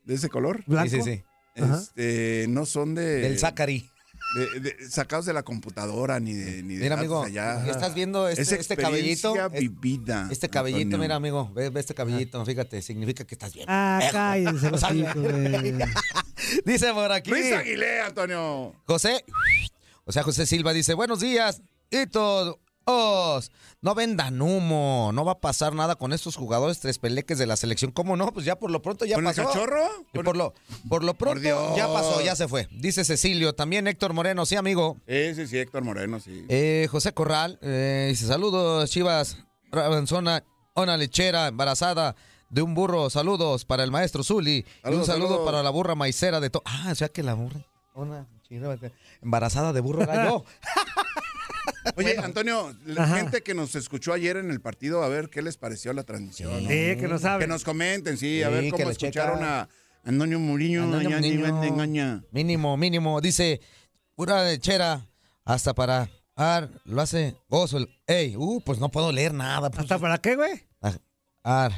E: ¿De ese color?
C: ¿Blanco?
D: Sí, sí,
C: sí. Ajá.
E: Este, no son de.
D: Del Zacari.
E: de- de- sacados de la computadora ni de. Ni de
D: Mira,
E: datos
D: amigo,
E: allá.
D: ¿estás viendo este-
E: Es
D: este cabellito?
E: experiencia
D: Es-
E: vivida,
D: Este cabellito,
E: Antonio.
D: mira, amigo, ve, ve este cabellito, fíjate, significa que estás bien.
C: Ah,
D: Eh,
C: cállense
D: o
C: los
D: sea,
C: chicos, güey.
D: Dice por aquí.
E: Luis Aguilé, Antonio.
D: José, o sea, José Silva dice, buenos días, y todos, no vendan humo, no va a pasar nada con estos jugadores tres peleques de la selección. ¿Cómo no? Pues ya por lo pronto ya
E: ¿Con el
D: pasó.
E: cachorro?
D: Y Por lo, por lo pronto
E: Dios.
D: ya pasó, ya se fue. Dice Cecilio, también Héctor Moreno, sí, amigo.
E: Eh, sí, sí, Héctor Moreno, sí.
D: Eh, José Corral, eh, dice, saludos, Chivas, Rabanzona, una lechera embarazada de un burro, saludos para el maestro Zuli. y un
E: Saludos,
D: saludo
E: saludos.
D: para la burra maicera de todo. Ah, o sea que la burra una chingada, embarazada de burro era yo.
E: Oye, Antonio, la gente que nos escuchó ayer en el partido, a ver qué les pareció la transmisión.
C: Sí, que no saben.
E: Que nos comenten, sí,
D: Sí,
E: a ver
D: que
E: cómo
D: les
E: escucharon
D: checa.
E: a Antonio Muriño.
D: Antonio
E: Antonio
D: Muriño.
E: Engaña.
D: Mínimo, mínimo. Dice, pura lechera, hasta para ar, lo hace gozo. el- Ey, uh, pues no puedo leer nada. pues.
C: ¿Hasta para qué, güey?
D: Ar.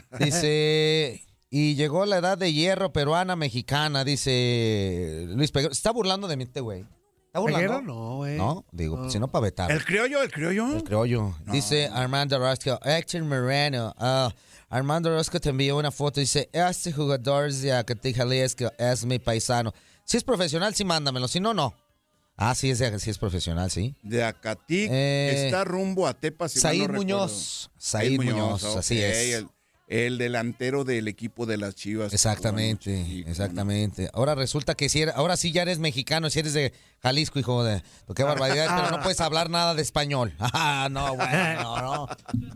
D: Dice, y llegó la edad de hierro peruana mexicana, dice Luis Peguero. Está burlando de mí este güey. ¿Está burlando?
C: ¿Peguero? No, güey.
D: No, digo, pues, si no para vetar.
E: ¿El criollo, el criollo?
D: El criollo. Dice Armando Rosco, Héctor Moreno. ah, Armando Rosco te envió una foto. Dice, este jugador de Acatijales que es mi paisano. Si es profesional, sí mándamelo. Si no, no. Ah, sí es, de- sí es profesional, sí.
E: De Acatic,
D: Eh,
E: está rumbo a Tepa, si mal
D: Said
E: no recuerdo.
D: Muñoz. Said Muñoz, así
E: ok,
D: es.
E: El, el delantero del equipo de las Chivas.
D: Exactamente, exactamente. Ahora resulta que si era- ahora sí ya eres mexicano, si eres de Jalisco, hijo de... Qué barbaridad, pero no puedes hablar nada de español. Ah, no, bueno, no, no.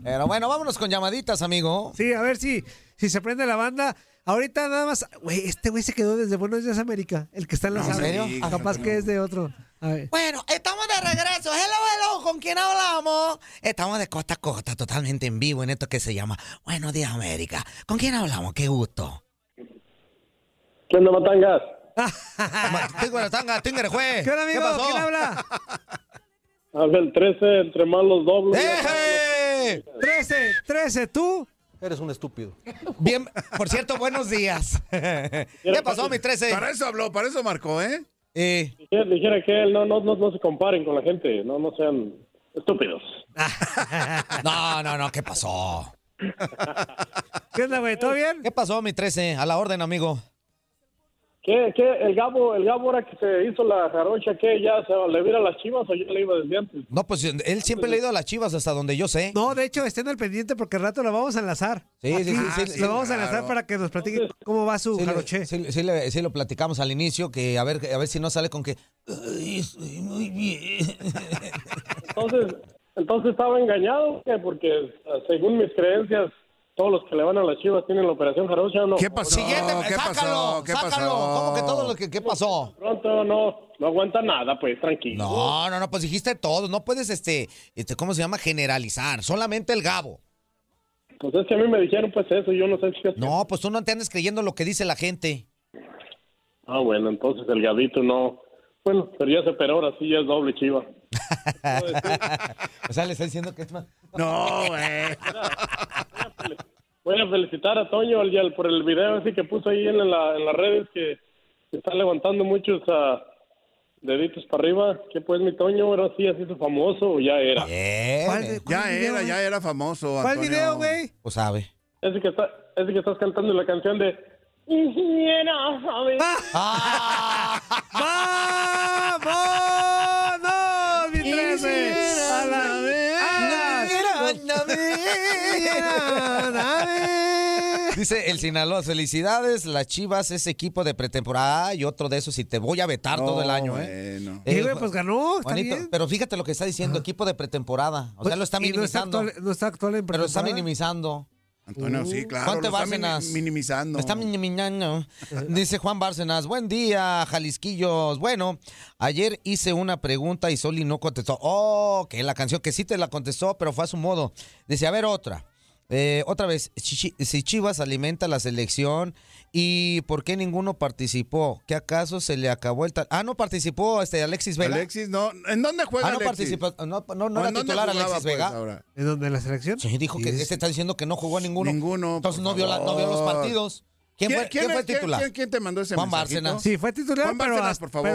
D: Pero bueno, vámonos con llamaditas, amigo.
C: Sí, a ver si, si se prende la banda. Ahorita nada más, güey, este güey se quedó desde Buenos Días América, el que está en la
D: No, ¿en
C: sala.
D: serio?
C: Ah, Capaz que es de otro. A ver.
D: Bueno, estamos de regreso. Hello, hello, ¿con quién hablamos? Estamos de costa a costa, totalmente en vivo en esto que se llama Buenos Días América. ¿Con quién hablamos? Qué gusto.
L: ¿Qué onda, Matangas?
D: ¿Qué
C: ¿Qué onda, amigo?
D: pasó?
C: ¿Quién habla?
L: Habla el 13, entre más los dobles.
C: 13, 13, ¿tú?
D: Eres un estúpido. Bien, por cierto, buenos días. ¿Qué pasó, mi 13?
E: Para eso habló, para eso marcó, ¿eh?
L: Dijera, dijera que él, no, no, no, no se comparen con la gente, no, no sean estúpidos.
D: No, no, no, ¿qué pasó?
C: ¿Qué onda, güey? ¿Todo bien?
D: ¿Qué pasó, mi 13? A la orden, amigo.
L: ¿Qué, qué, el Gabo, el Gabo ahora que se hizo la jarocha, ¿qué? ¿Ya se le vira a las chivas o ya le iba desde antes?
D: No, pues él siempre le ha ido a las chivas hasta donde yo sé.
C: No, de hecho, estén al pendiente porque al rato lo vamos a enlazar.
D: Sí, sí, sí,
C: Aquí,
D: sí, sí,
C: Ah, Lo vamos a
D: claro.
C: enlazar para que nos platique cómo va su
D: Sí, le-
C: jaroche.
D: sí, sí le- sí lo platicamos al inicio, que a ver, a ver si no sale con que... "Ay, estoy muy bien".
L: Entonces, entonces estaba engañado, ¿qué? Porque eh, según mis creencias, todos los que le van a las chivas tienen la operación jarocha, ¿no? ¿Qué pasó?
D: ¿Qué sácalo, sácalo. ¿Cómo que todo lo que qué pasó?
L: Pronto no, no aguanta nada, pues, tranquilo.
D: No, no, no, pues dijiste todo. No puedes, este, este, ¿cómo se llama? Generalizar. Solamente el Gabo.
L: Pues es que a mí me dijeron pues eso, yo no sé si es...
D: No, pues tú no te andes creyendo lo que dice la gente.
L: Ah, bueno, entonces el Gabito no... Bueno, pero ya se operó, ahora sí ya es doble chiva.
D: o sea, le está diciendo que es más...
L: No, güey. Voy a felicitar a Toño al- al- por el video ese que puso ahí en, la- en las redes que que está levantando muchos ah, deditos para arriba. Que pues mi Toño ahora sí ha sido famoso, o ya era.
E: ya era, ya era famoso. Antonio.
D: güey? Pues sabe.
L: Ese que, está, ese que estás cantando la canción de... Ingeniera, ¿sabes?
C: ¡Vámonos, mi 13! ¡A la
D: Dice el Sinaloa, felicidades, las Chivas es equipo de pretemporada y otro de esos y te voy a vetar todo el año, ¿eh?
C: Sí, güey, pues ganó, está
D: Juanito,
C: bien. Pues,
D: pero fíjate lo que está diciendo, equipo de pretemporada. O sea, lo está
C: Y no está
D: minimizando.
C: actual- no está actual en
D: pero lo está
C: pretemporada.
D: minimizando.
E: Antonio, sí, claro,
D: Juan
E: lo está
D: Bárcenas.
E: mini- minimizando.
D: Lo está minimizando. Dice Juan Bárcenas, buen día, Jalisquillos. Bueno, ayer hice una pregunta y Soli no contestó. Oh, que la canción que sí te la contestó, pero fue a su modo. Dice, a ver, otra. Eh, otra vez, Chi- si Chivas alimenta la selección y ¿por qué ninguno participó? ¿Qué acaso se le acabó el tal? Ah, no participó este Alexis Vega.
E: Alexis, no. ¿En dónde juega
D: Ah, no
E: Alexis?
D: participó. No, no, no
E: ¿O
D: era
E: en dónde
D: titular
E: jugaba, pues,
D: Alexis Vega.
E: ahora?
C: ¿En donde la selección?
D: Sí, dijo que este está diciendo que no jugó ninguno.
E: Ninguno.
D: Entonces
E: por
D: no vio, la- no vio los
E: favor.
D: partidos. ¿Quién, fue, quién fue el
E: quién-
D: titular?
E: ¿quién, quién te mandó ese
D: Juan
E: mensajito?
D: Bárcenas.
E: Juan Bárcenas, por favor.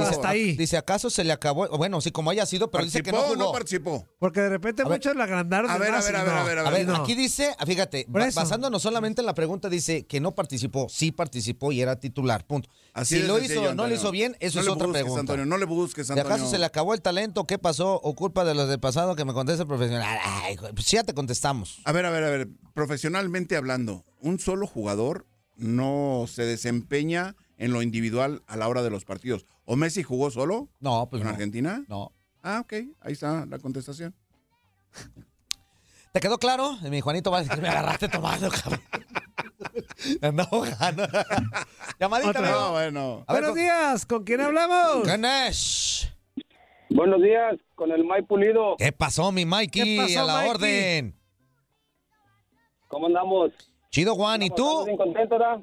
D: Dice, ¿acaso se le acabó? Bueno, sí, como haya sido, pero dice que no
E: ¿Participó o
D: jugó.
E: no participó?
C: Porque de repente
D: A ver.
C: muchos la agrandaron. de más y no.
D: aquí dice, Ah, fíjate,
C: Por
D: ba-
C: eso.
D: basándonos solamente en la pregunta, dice que no participó, sí participó y era titular, punto.
E: Así
D: si
E: de
D: lo
E: sencillo,
D: hizo o no lo
E: Antonio.
D: hizo bien, eso
E: No
D: es
E: le
D: otra
E: busques,
D: pregunta.
E: Antonio, no le busques,
D: ¿De acaso
E: Antonio.
D: se le acabó el talento? ¿Qué pasó? ¿O culpa de los del pasado que me conteste el profesional? Ay, hijo, pues ya te contestamos.
E: A ver, a ver, a ver. Profesionalmente hablando, un solo jugador no se desempeña en lo individual a la hora de los partidos. ¿O Messi jugó solo?
D: No, pues
E: ¿En
D: no.
E: Argentina?
D: No.
E: Ah, ok. Ahí está la contestación.
D: ¿Te quedó claro? Mi Juanito va a decir, me agarraste tomando, cabrón. Me andaba ahogando. Llamadita,
C: Otra.
D: amigo.
C: No,
E: bueno.
C: Buenos días, ¿con quién hablamos?
D: Ganesh.
L: Buenos días, con el May Pulido.
D: ¿Qué pasó, mi Mikey?
L: ¿Qué pasó,
D: a la
L: Mikey?
D: orden.
L: ¿Cómo andamos?
D: Chido, Juan, ¿y tú?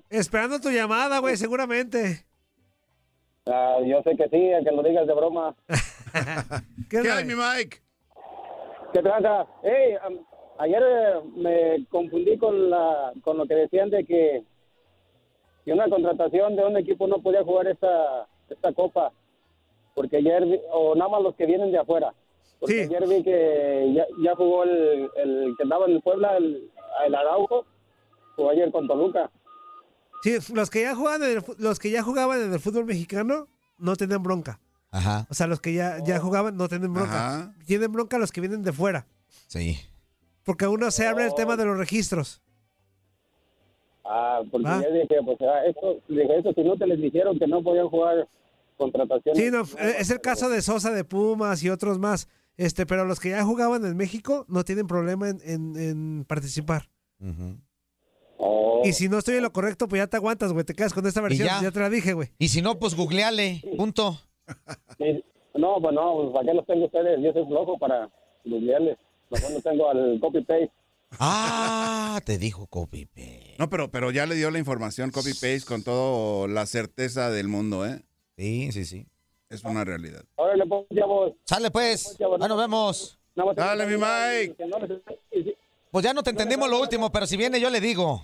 C: Esperando tu llamada, güey, seguramente.
L: Ah, yo sé que sí, que lo digas de broma.
C: ¿Qué,
E: hay, mi Mike?
L: ¿Qué tranza? Hey, am- ayer eh, me confundí con, la, con lo que decían de que, que una contratación de un equipo no podía jugar esta, esta copa. Porque ayer, vi- o nada más los que vienen de afuera. Porque ayer vi que ya, ya jugó el, el que andaba en el Puebla, el, el Araujo, jugó ayer con Toluca.
C: Sí, los que ya jugaban en el, fu- los que ya jugaban en el fútbol mexicano no tenían bronca.
D: Ajá.
C: O sea, los que ya,
L: Oh.
C: ya jugaban no tienen bronca.
D: Ajá.
C: Tienen bronca los que vienen de fuera.
D: Sí.
C: Porque uno se abre el tema de los registros.
M: Ah, porque
C: ¿Va?
M: ya dije, pues ah, esto, dije, estos inútiles dijeron que no podían jugar contrataciones.
C: Sí, no, eh, es el caso de Sosa de Pumas y otros más. Este, pero los que ya jugaban en México no tienen problema en, en- en participar. Y si no estoy en lo correcto, pues ya te aguantas, güey. Te quedas con esta versión.
D: ya.
C: Ya? te la dije, güey.
D: Y si no, pues googleale. Punto.
M: Sí. No, pues no, pues, ¿para qué los tengo ustedes? Yo soy flojo para googlearles. Mejor no tengo al copy-paste.
D: Ah, te dijo copy
E: No, pero, pero ya le dio la información copy-paste con toda la certeza del mundo, ¿eh?
D: Sí, sí, sí.
E: Es una realidad.
M: Órale, pues, ya voy.
D: Sale, pues. Ahí nos vemos.
E: Dale, mi Mike.
D: Pues ya no te entendimos lo último, pero si viene yo le digo.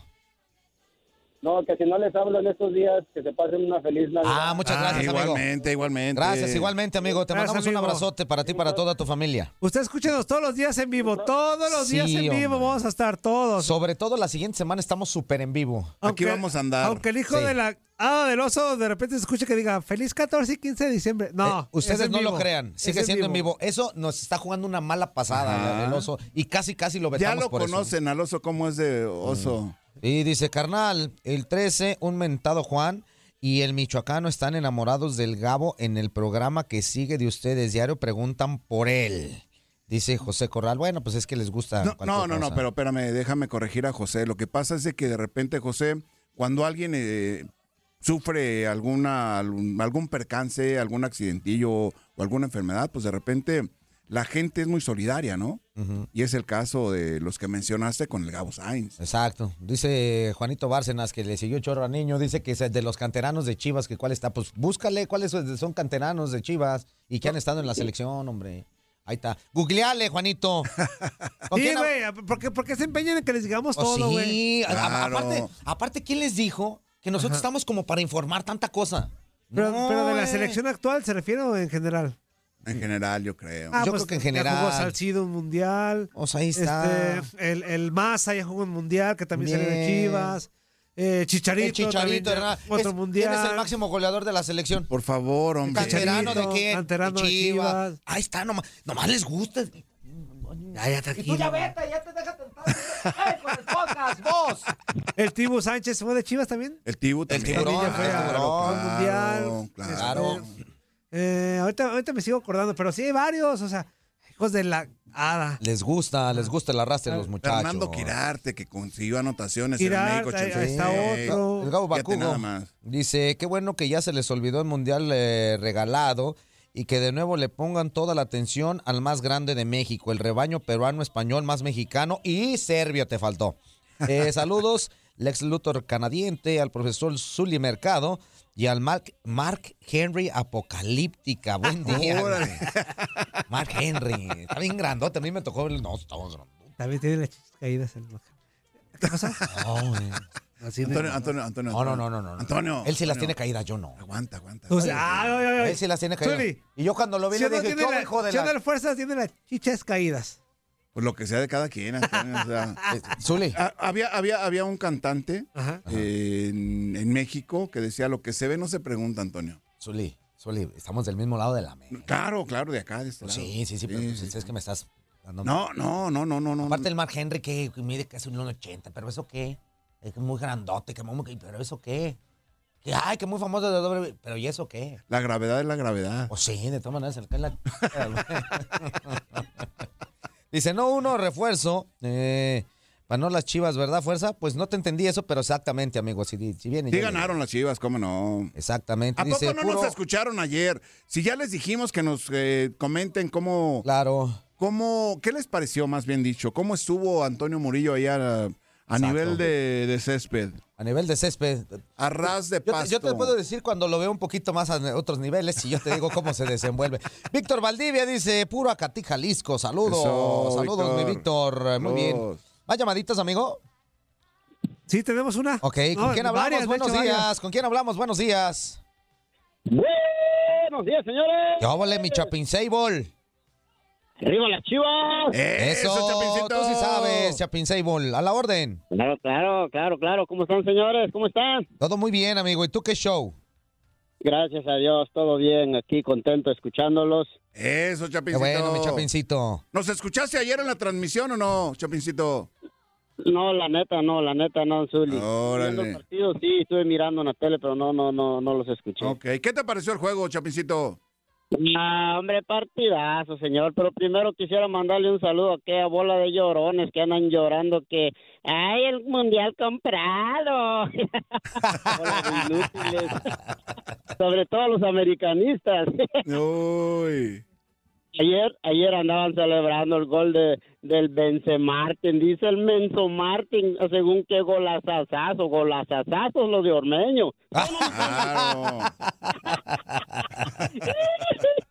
M: No, que si no les hablo en estos días, que se pasen una feliz Navidad.
D: Ah, muchas gracias, amigo.
E: Igualmente, igualmente.
D: Gracias, igualmente, amigo. Te
C: Gracias,
D: mandamos un
C: amigo.
D: abrazote para ti y para toda tu familia.
C: Usted escúchenos todos los días en vivo. Todos los días
D: Sí,
C: en vivo
D: hombre.
C: vamos a estar todos.
D: Sobre todo la siguiente semana estamos súper en vivo.
C: Aunque- Aunque el hijo
D: Sí.
C: de la hada del oso de repente se escuche que diga feliz 14 y 15 de diciembre. No.
D: Eh, ustedes
C: es en
D: no lo
C: vivo.
D: crean,
C: Es
D: sigue siendo en vivo. Eso nos está jugando una mala pasada
E: Ajá.
D: el oso y casi casi lo
E: Ya
D: vetamos
E: lo
D: Pues por eso. Mm.
E: conocen al oso, cómo es de oso.
D: Y dice, carnal, el 13, un mentado Juan y el michoacano están enamorados del Gabo en el programa que sigue de ustedes. Diario preguntan por él. Dice José Corral, bueno, pues es que les gusta.
E: No,
D: cualquier
E: no, no, no,
D: cosa.
E: pero espérame, déjame corregir a José. Lo que pasa es de que de repente, José, cuando alguien eh, sufre alguna, algún, algún percance, algún accidentillo o alguna enfermedad, pues de repente la gente es muy solidaria, ¿no? Y es el caso de los que mencionaste con el Gabo Sainz.
D: Exacto. Dice Juanito Bárcenas que le siguió chorro a niño. Dice que es de los canteranos de Chivas, que cuál está. Pues búscale cuáles son canteranos de Chivas y que han estado en la selección, hombre. Ahí está. Googleale, Juanito. ¿Con
C: Sí,
D: quién hab-
C: güey, ¿por qué, por qué se empeñan en que les digamos
D: Pues
C: todo, güey?
D: sí, a- a- aparte, aparte, ¿quién les dijo que nosotros
C: Ajá.
D: estamos como para informar tanta cosa?
C: Pero,
D: No,
C: pero de la
D: eh.
C: selección actual, ¿se refiere o en general?
E: En general, yo creo.
C: Ah,
D: Eh, Yo
C: pues,
D: creo que en
C: ya jugó
D: general.
C: Salcido un mundial.
D: O sea, ahí está.
C: Este, el, el Maza ya jugó un mundial, que también salió de
D: Bien.
C: Chivas. Eh, Chicharito.
D: El Chicharito,
C: también ya
D: Hernández.
C: jugó Otro
D: Es-
C: mundial.
D: ¿Quién es el máximo goleador de la selección?
E: Por favor, hombre.
D: ¿Canterano de
C: Chicharito,
D: qué?
C: canterano de Chivas.
D: Ahí está, nomás, nomás les gusta.
C: Ay, ya
D: Y tú ya
C: tranquilo.
D: vete, ya te deja tentar. ¡Eh, con el podcast, vos!
C: El Tibu Sánchez fue de Chivas también.
E: El tibu también. Claro,
D: tiburón, el tiburón.
E: claro,
C: Mundial. Este,
E: claro.
D: Claro.
C: Eh, ahorita, ahorita me sigo acordando, pero sí hay varios, o sea, hijos de la hada.
D: Les gusta, les gusta el arrastre de los muchachos.
E: Fernando Quirarte, que consiguió anotaciones
C: Quirarte,
E: en el México
C: ahí- ahí está
E: 86.
C: otro.
D: El Gabo
E: Fíjate nada
D: Bacugo
E: más.
D: dice, qué bueno que ya se les olvidó el Mundial eh, regalado y que de nuevo le pongan toda la atención al más grande de México, el rebaño peruano, español, más mexicano y serbio te faltó. Eh, saludos, Lex Luthor canadiente, al profesor Zully Mercado y al Mark, Mark Henry Apocalíptica. Buen día. güey.
E: Órale.
D: Mark Henry. Está bien grandote, a mí me tocó... el- No, está otro.
C: También tiene las chichis caídas el Maca. ¿Qué pasa?
D: No, güey.
C: Así de-
E: Antonio, Antonio, Antonio.
D: no, no, no, no, no.
E: Antonio.
D: Él sí las
E: Antonio.
D: tiene caídas, yo no.
E: Aguanta, aguanta.
C: O sea, ay, ay, ay, ay.
D: Él sí las tiene caídas.
C: Zuli,
D: Y yo cuando lo vi
C: si
D: le
C: uno
D: dije,
C: tiene
D: ¿qué
C: la-
D: onda, hijo de
C: si uno
D: la...
C: de fuerzas tiene las chichas caídas.
E: Pues lo que sea de cada quien. Antonio, o sea.
D: Zuli.
E: Ha- había, había, había un cantante
C: Ajá.
E: eh, en, en México que decía, lo que se ve no se pregunta, Antonio.
D: Zuli, Zuli, estamos del mismo lado de la mesa.
E: Claro, claro, de acá, de este lado.
D: Sí, sí, sí, pero pues,
E: sí,
D: es que me estás dando...
E: No, no, no, no, no, no.
D: Aparte el Mark Henry que que mide casi un 1.80, pero ¿eso qué? Es que muy grandote, que muy... ¿Pero eso qué? Que, ay, que muy famoso de doble... ¿Pero y eso qué?
E: La gravedad es la gravedad.
D: Pues sí, de todas maneras, el que la... Dice, no, uno, refuerzo. Eh, para no las chivas, ¿verdad, fuerza? Pues no te entendí eso, pero exactamente, amigo. Si, di- si viene...
E: Sí
D: ya-
E: ganaron las chivas, cómo no.
D: Exactamente.
E: ¿A poco
D: Dice,
E: no
D: puro-
E: nos escucharon ayer? Si ya les dijimos que nos eh, comenten cómo,
D: Claro.
E: cómo, qué les pareció, más bien dicho, cómo estuvo Antonio Murillo ahí a, a nivel de, de césped,
D: A nivel de césped.
E: a ras de
D: Yo
E: pasto.
D: te, yo te puedo decir cuando lo veo un poquito más a ne- otros niveles y yo te digo cómo se desenvuelve. Víctor Valdivia dice, puro Acatí, Jalisco. Saludos,
E: Eso,
D: saludos, mi Víctor. eh, Muy bien.
E: Saludos.
D: Más llamaditas, amigo.
C: Sí, tenemos una.
D: Ok, ¿con
C: No,
D: quién hablamos?
C: varias, de
D: Buenos
C: hecho,
D: días.
C: varias.
D: ¿Con quién hablamos? Buenos días.
I: Buenos días, señores.
D: Yo vole mi Chapin Sable.
I: Arriba las chivas.
D: Eso, tú sí sabes, Chapin Sable. A la orden.
I: Claro, claro, claro, claro. ¿Cómo están, señores? ¿Cómo están?
D: Todo muy bien, amigo. ¿Y tú qué show?
I: Gracias a Dios, todo bien. Aquí contento escuchándolos.
E: Eso,
D: Qué
E: Chapincito.
D: bueno, mi Chapincito.
E: ¿Nos escuchaste ayer en la transmisión o no, Chapincito?
N: No, la neta, no, la neta, no, Zuli. Viendo el
E: Órale.
N: partido, sí, estuve mirando en la tele, pero no, no, no, no los escuché.
E: Ok, ¿qué te pareció el juego, Chapincito?
N: Ah, hombre, partidazo, señor. Pero primero quisiera mandarle un saludo a aquella bola de llorones que andan llorando que... ¡Ay, el mundial comprado! Bola de inútiles. Sobre todo los americanistas. Ayer, ayer andaban celebrando el gol de, del Bence Martin. Dice el Menso Martin, según qué golazazazo, golazazazo lo de Ormeño.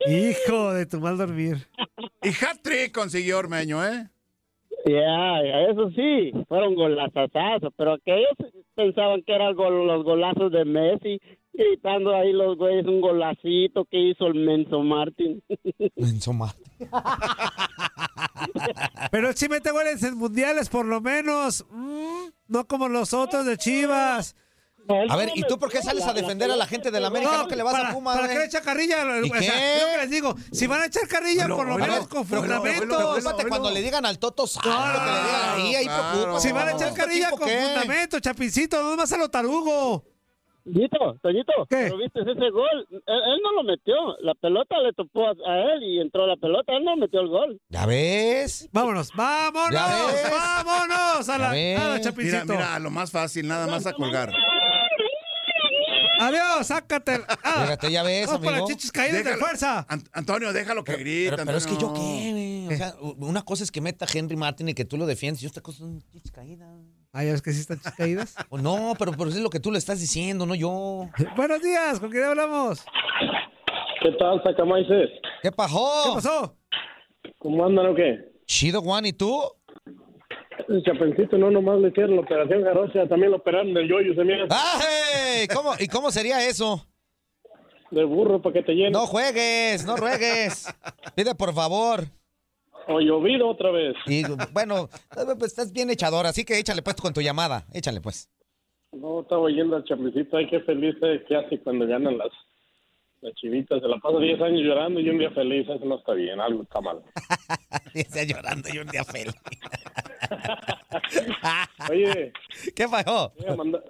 C: Hijo de tu mal dormir.
E: Y hat-trick consiguió Ormeño, ¿eh?
N: Ya, eso sí, fueron golazazazos, pero que ellos pensaban que eran gol- los golazos de Messi, gritando ahí los güeyes un golacito que hizo el Menso Martin.
D: Menso Martin.
C: Pero sí mete goles en mundiales, por lo menos. Mm, no como los otros de Chivas.
D: A ver, ¿y tú por qué sales a defender a la gente de la América? No, que le vas
C: para,
D: a Pumas,
C: ¿Para
D: güey.
C: qué le echa carrilla?
D: ¿Y
C: O sea,
D: qué?
C: yo que les digo, si van a echar carrilla, por lo menos con fundamentos.
D: Preocúpate cuando le digan al Toto Sal, lo que le digan ahí, ahí preocúpate.
C: Si van a echar
D: ¿Este
C: carrilla
D: equipo
C: con
D: qué?
C: fundamentos, Chapincito, no más a lo tarugo.
N: Toñito, Toñito, ¿pero viste ese gol? Él, él no lo metió, la pelota le topó a, a él y entró la pelota, él no metió el gol.
D: ¿Ya ves?
C: Vámonos, vámonos,
E: ¿Ya ves?
C: vámonos a la, a la
E: Eh, Mira,
C: Ah, Chapincito.
E: mira, lo más fácil, nada más a colgar.
C: Adiós, sácate. Ah,
D: Fíjate, ya ves,
C: vamos por
D: amigo.
C: las chichis caídas de
D: Déjalo.
C: fuerza.
E: Antonio, déjalo que grite.
D: Pero, pero es que yo
E: Antonio.
D: qué, güey. O sea, u- una cosa es que meta Henry Martin y que tú lo defiendes y otra cosa es chichis caídas.
C: Ah, ya ves que sí están chichis caídas.
D: no, pero, pero es lo que tú le estás diciendo, no yo.
C: Buenos días, ¿con quién hablamos?
L: ¿Qué tal, Sacamaices?
D: ¿Qué pasó? ¿Qué
C: pasó?
L: ¿Cómo andan o qué?
D: Chido, Juan, ¿y tú?
L: El chapencito no nomás le hicieron la operación jarocha, también lo operaron del yoyo, se mira.
D: ¡Ay! ¿Cómo, ¿Y cómo sería eso?
L: De burro para que te llene.
D: No juegues, no ruegues. Pide por favor.
L: O llovido otra vez.
D: Y bueno, pues, estás bien echador, así que échale pues con tu llamada. Échale pues.
L: No, estaba oyendo al chapencito, ay, qué feliz es que hace cuando ganan las, las chivitas. Se la pasa 10 años llorando y un día feliz, eso no está bien, algo está mal.
D: Está llorando y un día feliz.
L: Oye.
D: ¿Qué pasó?
L: Deja, manda-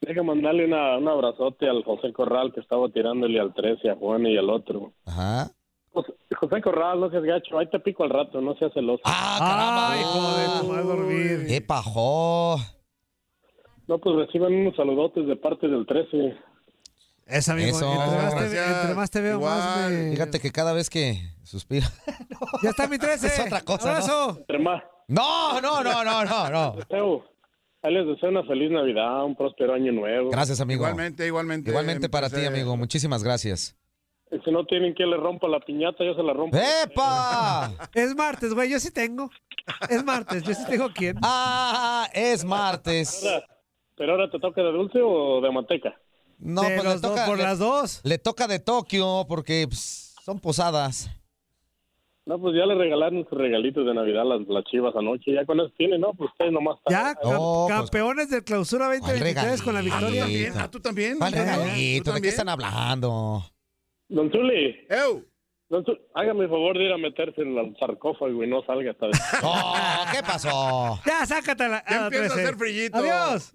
L: deja mandarle una, un abrazote al José Corral que estaba tirándole al 13, a Juan y al otro.
D: Ajá.
L: José, José Corral, no seas gacho, ahí te pico al rato, no seas celoso.
D: ¡Ah, caramba!
C: hijo de tu madre dormir!
D: ¡Qué pajó!
L: No, pues reciban unos saludotes de parte del 13.
C: Es amigo.
D: Eso.
C: Entre, más te,
D: Gracias.
C: entre más te veo, más me...
D: Fíjate que cada vez que suspira.
C: Ya está mi 13.
D: Es otra cosa, ¿no?
C: Abrazo.
L: Entre más.
D: No, no, no, no, no, no.
L: Teo, ahí les deseo una feliz Navidad, un próspero año nuevo.
D: Gracias, amigo.
E: igualmente.
D: Igualmente para ti, amigo. Muchísimas gracias.
L: Y Si no tienen que le rompa la piñata, yo se la rompo.
D: ¡Epa!
C: Es martes, güey, yo sí tengo. Es martes, yo sí tengo quién.
D: ¡Ah! Es martes.
L: ¿Pero ahora te toca de dulce o de manteca?
D: No,
C: De
D: pues
C: los
D: le
C: dos,
D: toca.
C: por
D: le-
C: las dos.
D: Le toca de Tokio porque pues, son posadas.
L: No, pues ya le regalaron sus regalitos de Navidad a las, las chivas anoche. Ya con eso tienen, ¿no? Pues ustedes nomás.
C: Ya,
L: están-
C: cam-
D: pues,
C: campeones de clausura 2023 con la victoria.
E: Ah, tú también.
D: ¿Cuál
E: ¿Tú también?
D: regalito? ¿De qué están hablando?
L: Don Zuli.
E: ¡Ew!
L: Don Zuli, hágame el favor de ir a meterse en el sarcófago y no salga hasta...
D: ¡Oh! ¿Qué pasó?
C: Ya, sácatela.
E: Ya
C: la
E: empieza a
C: 13.
E: hacer frillito.
C: Adiós.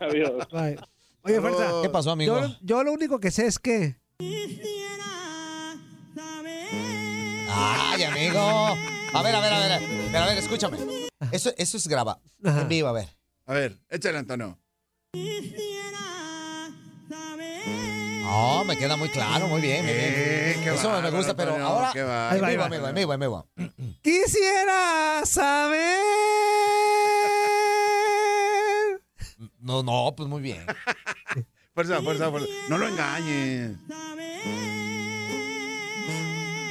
L: Adiós.
C: Bye. Oye, Fuerza.
D: ¿Qué pasó, amigo?
C: Yo, yo lo único que sé es que.
D: ¡Ay, amigo! A ver, a ver, a ver. A ver, a ver, escúchame. Eso, eso es graba. En vivo, a ver.
E: A ver, échale, Antonio.
D: No, me queda muy claro, muy bien. muy bien. eso me gusta, pero
E: Eh, Antonio,
D: ahora.
E: qué bárbaro.
D: Ahí va,
E: Ahí
D: ahí va,
E: va,
D: ahí va,
E: ahí
D: ahí va, ahí va.
C: Quisiera saber.
D: No, no, pues muy bien.
E: Fuerza, fuerza, fuerza. No lo engañes.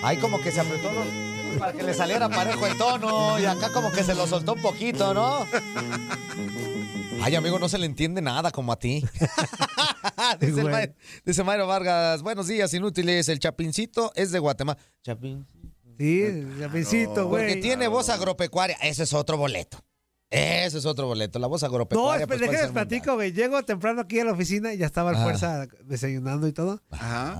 D: Ahí como que se apretó ¿no? para que le saliera parejo el tono y acá como que se lo soltó un poquito, ¿no? Ay, amigo, no se le entiende nada como a ti. dice, el Mayro, dice Mayro Vargas, buenos días, inútiles. El Chapincito es de Guatemala. Chapin.
C: Sí, el Chapincito, güey.
D: Porque tiene voz agropecuaria. Ese es otro boleto. Ese es otro boleto. La voz
C: No,
D: agropecuaria.
C: espera,
D: pues, puede ser
C: déjenles platico, güey. Llego temprano aquí a la oficina y ya estaba el
D: Ah.
C: fuerza desayunando y todo.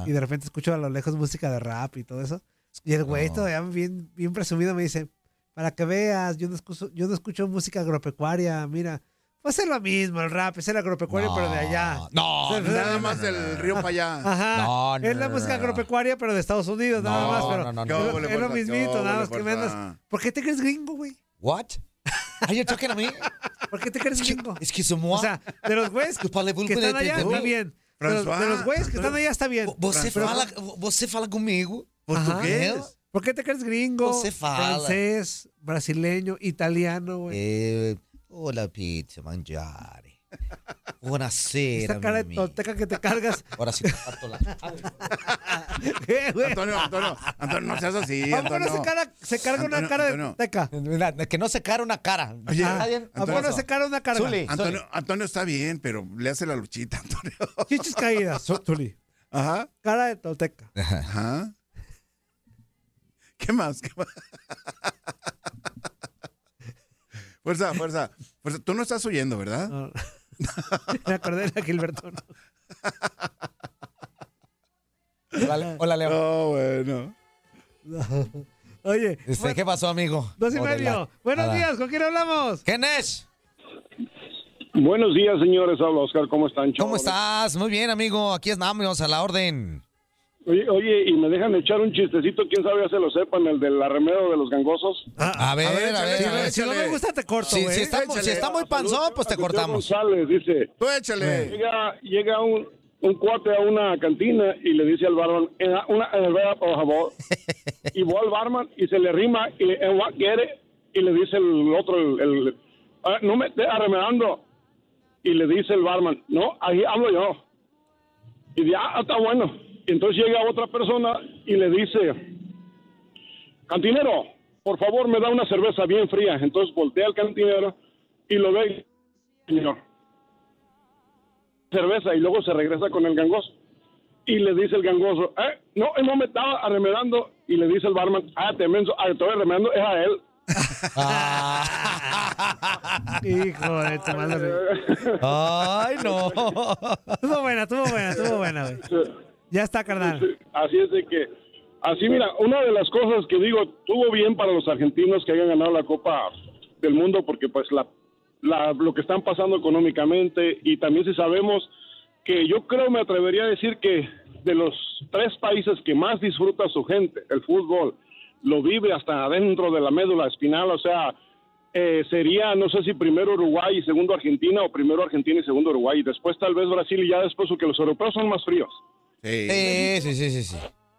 C: Y de repente escucho a lo lejos música de rap y todo eso. Y el güey
D: No.
C: todavía bien, bien presumido me dice, Para que veas, yo no escucho, yo no escucho música agropecuaria, mira. Pues es lo mismo, el rap, es el agropecuario, pero de allá.
D: No,
C: Es-
E: nada más del río para allá.
C: Ajá.
E: No, no,
C: es la
E: no,
C: música
E: no.
C: agropecuaria, pero de Estados Unidos, nada
D: No,
C: más. Pero
D: no, no, no.
C: es lo-
D: ¿Qué huele,
C: es lo
D: fuerza? ¿Qué
C: mismito,
D: huele,
C: nada más que
D: fuerza?
C: menos. ¿Por qué te crees gringo, güey?
D: What? Are you talking to me?
C: ¿Por qué te crees gringo?
D: Es que Pues, somos.
C: O sea, de los güeyes que están allá, está bien. De los, de los güeyes que están allá, está bien.
D: Você
C: Pero-
D: fala, você fala comigo.
C: Ajá. ¿Por qué te crees gringo?
D: Você fala.
C: Francés, brasileño, italiano, güey.
D: Eh, hola, pizza, mangiare. Buonasera,
C: Esa cara de
D: mio amigo.
C: tolteca que te cargas.
D: Ahora sí te parto la...
E: Antonio, Antonio, Antonio, no seas así,
D: Eh, ¿A poco no
E: Antonio.
D: se cara- se carga una
E: Antonio,
D: cara de
E: Antonio.
C: teca?
D: Que no se cara una cara.
E: Oye,
C: Ah.
D: ¿Está bien?
E: Antonio,
D: ¿A poco no se cara una cara? Zuli,
E: Antonio,
D: Zuli.
E: Antonio está bien, pero le hace la luchita, Antonio.
C: Chichis caídas, Zuli.
E: Ajá.
C: Cara de tolteca.
E: Ajá. ¿Qué más? ¿Qué más? Fuerza, fuerza, fuerza. Tú no estás oyendo, ¿verdad?
C: Me acordé de la Gilbertón.
D: Hola, hola, Leo.
E: No, bueno.
C: Oye.
D: Este, ¿Qué pasó, amigo?
C: Dos y
D: Hola.
C: medio. Buenos
D: Hola.
C: días, ¿con quién hablamos?
D: ¿Quién es?
O: Buenos días, señores. Habla Oscar. ¿Cómo están,
D: ¿Cómo estás? Muy bien, amigo. Aquí estamos, a la orden.
O: Oye, oye, y me dejan echar un chistecito. Quién sabe, ya se lo sepan, el del arremedo de los gangosos.
D: Ah, A ver, a ver.
O: échale,
D: a ver.
O: si no me gusta, te corto,
D: Si,
O: güey.
D: si está,
O: Échale.
D: si está muy panzón, pues te
O: Agustín
D: cortamos.
O: González dice:
E: Tú échale.
O: Llega, llega un, un cuate a una cantina y le dice al barman: "Eh, Una cerveza, por favor. y va al barman y se le rima y le "Eh, what quiere?" y le dice el otro, el, el, "Ah, no me esté arremedando. Y le dice el barman: No, ahí hablo yo. Y dice: Ah, está bueno. Y entonces llega otra persona y le dice: Cantinero, por favor, me da una cerveza bien fría. Entonces voltea al cantinero y lo ve, señor. Cerveza, y luego se regresa con el gangoso. Y le dice el gangoso, eh, no, él no me estaba arremedando. Y le dice el barman, ah, te menso, ah, estoy arremedando, es a él.
D: Ah.
C: Hijo de tu madre.
D: Ay, no.
C: Estuvo buena, estuvo buena, estuvo buena, güey. Ya está, carnal.
O: Así es de que, así mira, una de las cosas que digo, tuvo bien para los argentinos que hayan ganado la Copa del Mundo, porque pues la, la- lo que están pasando económicamente y también si sabemos que yo creo, me atrevería a decir que de los tres países que más disfruta su gente, el fútbol, lo vive hasta adentro de la médula espinal, o sea, eh, sería, no sé si primero Uruguay y segundo Argentina, o primero Argentina y segundo Uruguay, y después tal vez Brasil, y ya después, porque los europeos son más fríos.
D: Sí, sí, sí, sí. sí.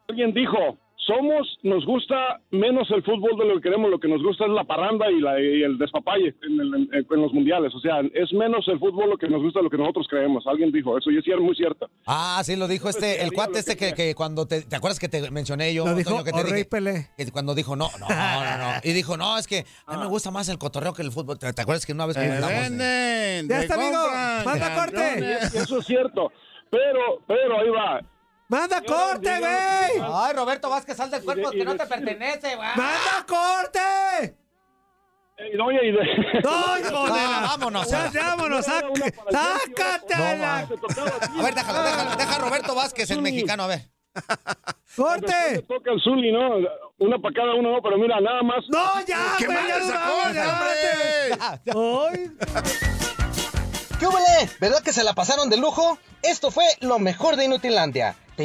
O: Alguien dijo, somos, nos gusta menos el fútbol de lo que queremos, lo que nos gusta es la parranda y, la- y el despapalle en, el- en- en los mundiales. O sea, es menos el fútbol lo que nos gusta, lo que nosotros creemos. Alguien dijo eso y es cier- muy cierto.
D: Ah, sí, lo dijo
O: Pues
D: este, el cuate este que, que cuando te, ¿te acuerdas que te mencioné yo?
C: Lo dijo
D: Antonio, que te
C: Orrey Pelé. Ah.
D: que cuando dijo, no, no, no, no. Y dijo, no, es que a mí me gusta más el cotorreo que el fútbol. ¿Te, te acuerdas que
C: Eh,
D: una vez
E: Te
D: comentamos?
E: venden,
D: Ya
E: te
D: está, amigo.
E: compran,
D: Manda
E: te
D: corte.
E: campeones.
O: Eso es cierto, pero, pero ahí va.
C: ¡Manda corte, güey!
D: Ay, Roberto Vázquez, sal del cuerpo que no te pertenece, güey.
C: ¡Manda corte!
O: Eh, No, oye, y de-
C: ¡No, hijo de la-
D: No, vámonos.
C: Ya, vámonos, saca- ¡Sácate a la-
D: A ver, déjalo, déjalo, deja a Roberto Vázquez, el mexicano, a ver.
O: Después le toca el Zuli, ¿no? Una para cada uno, no, pero mira, nada más.
C: ¡No, ya,
O: ¡Qué
C: güey!
O: mal
C: ¡Ya nos
O: sacó,
C: vamos, ya,
O: hombre!
C: vete! ¡Ay!
P: ¿Qué huele? ¿Verdad que se la pasaron de lujo? Esto fue lo mejor de Inutilandia. Te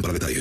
Q: para detalles.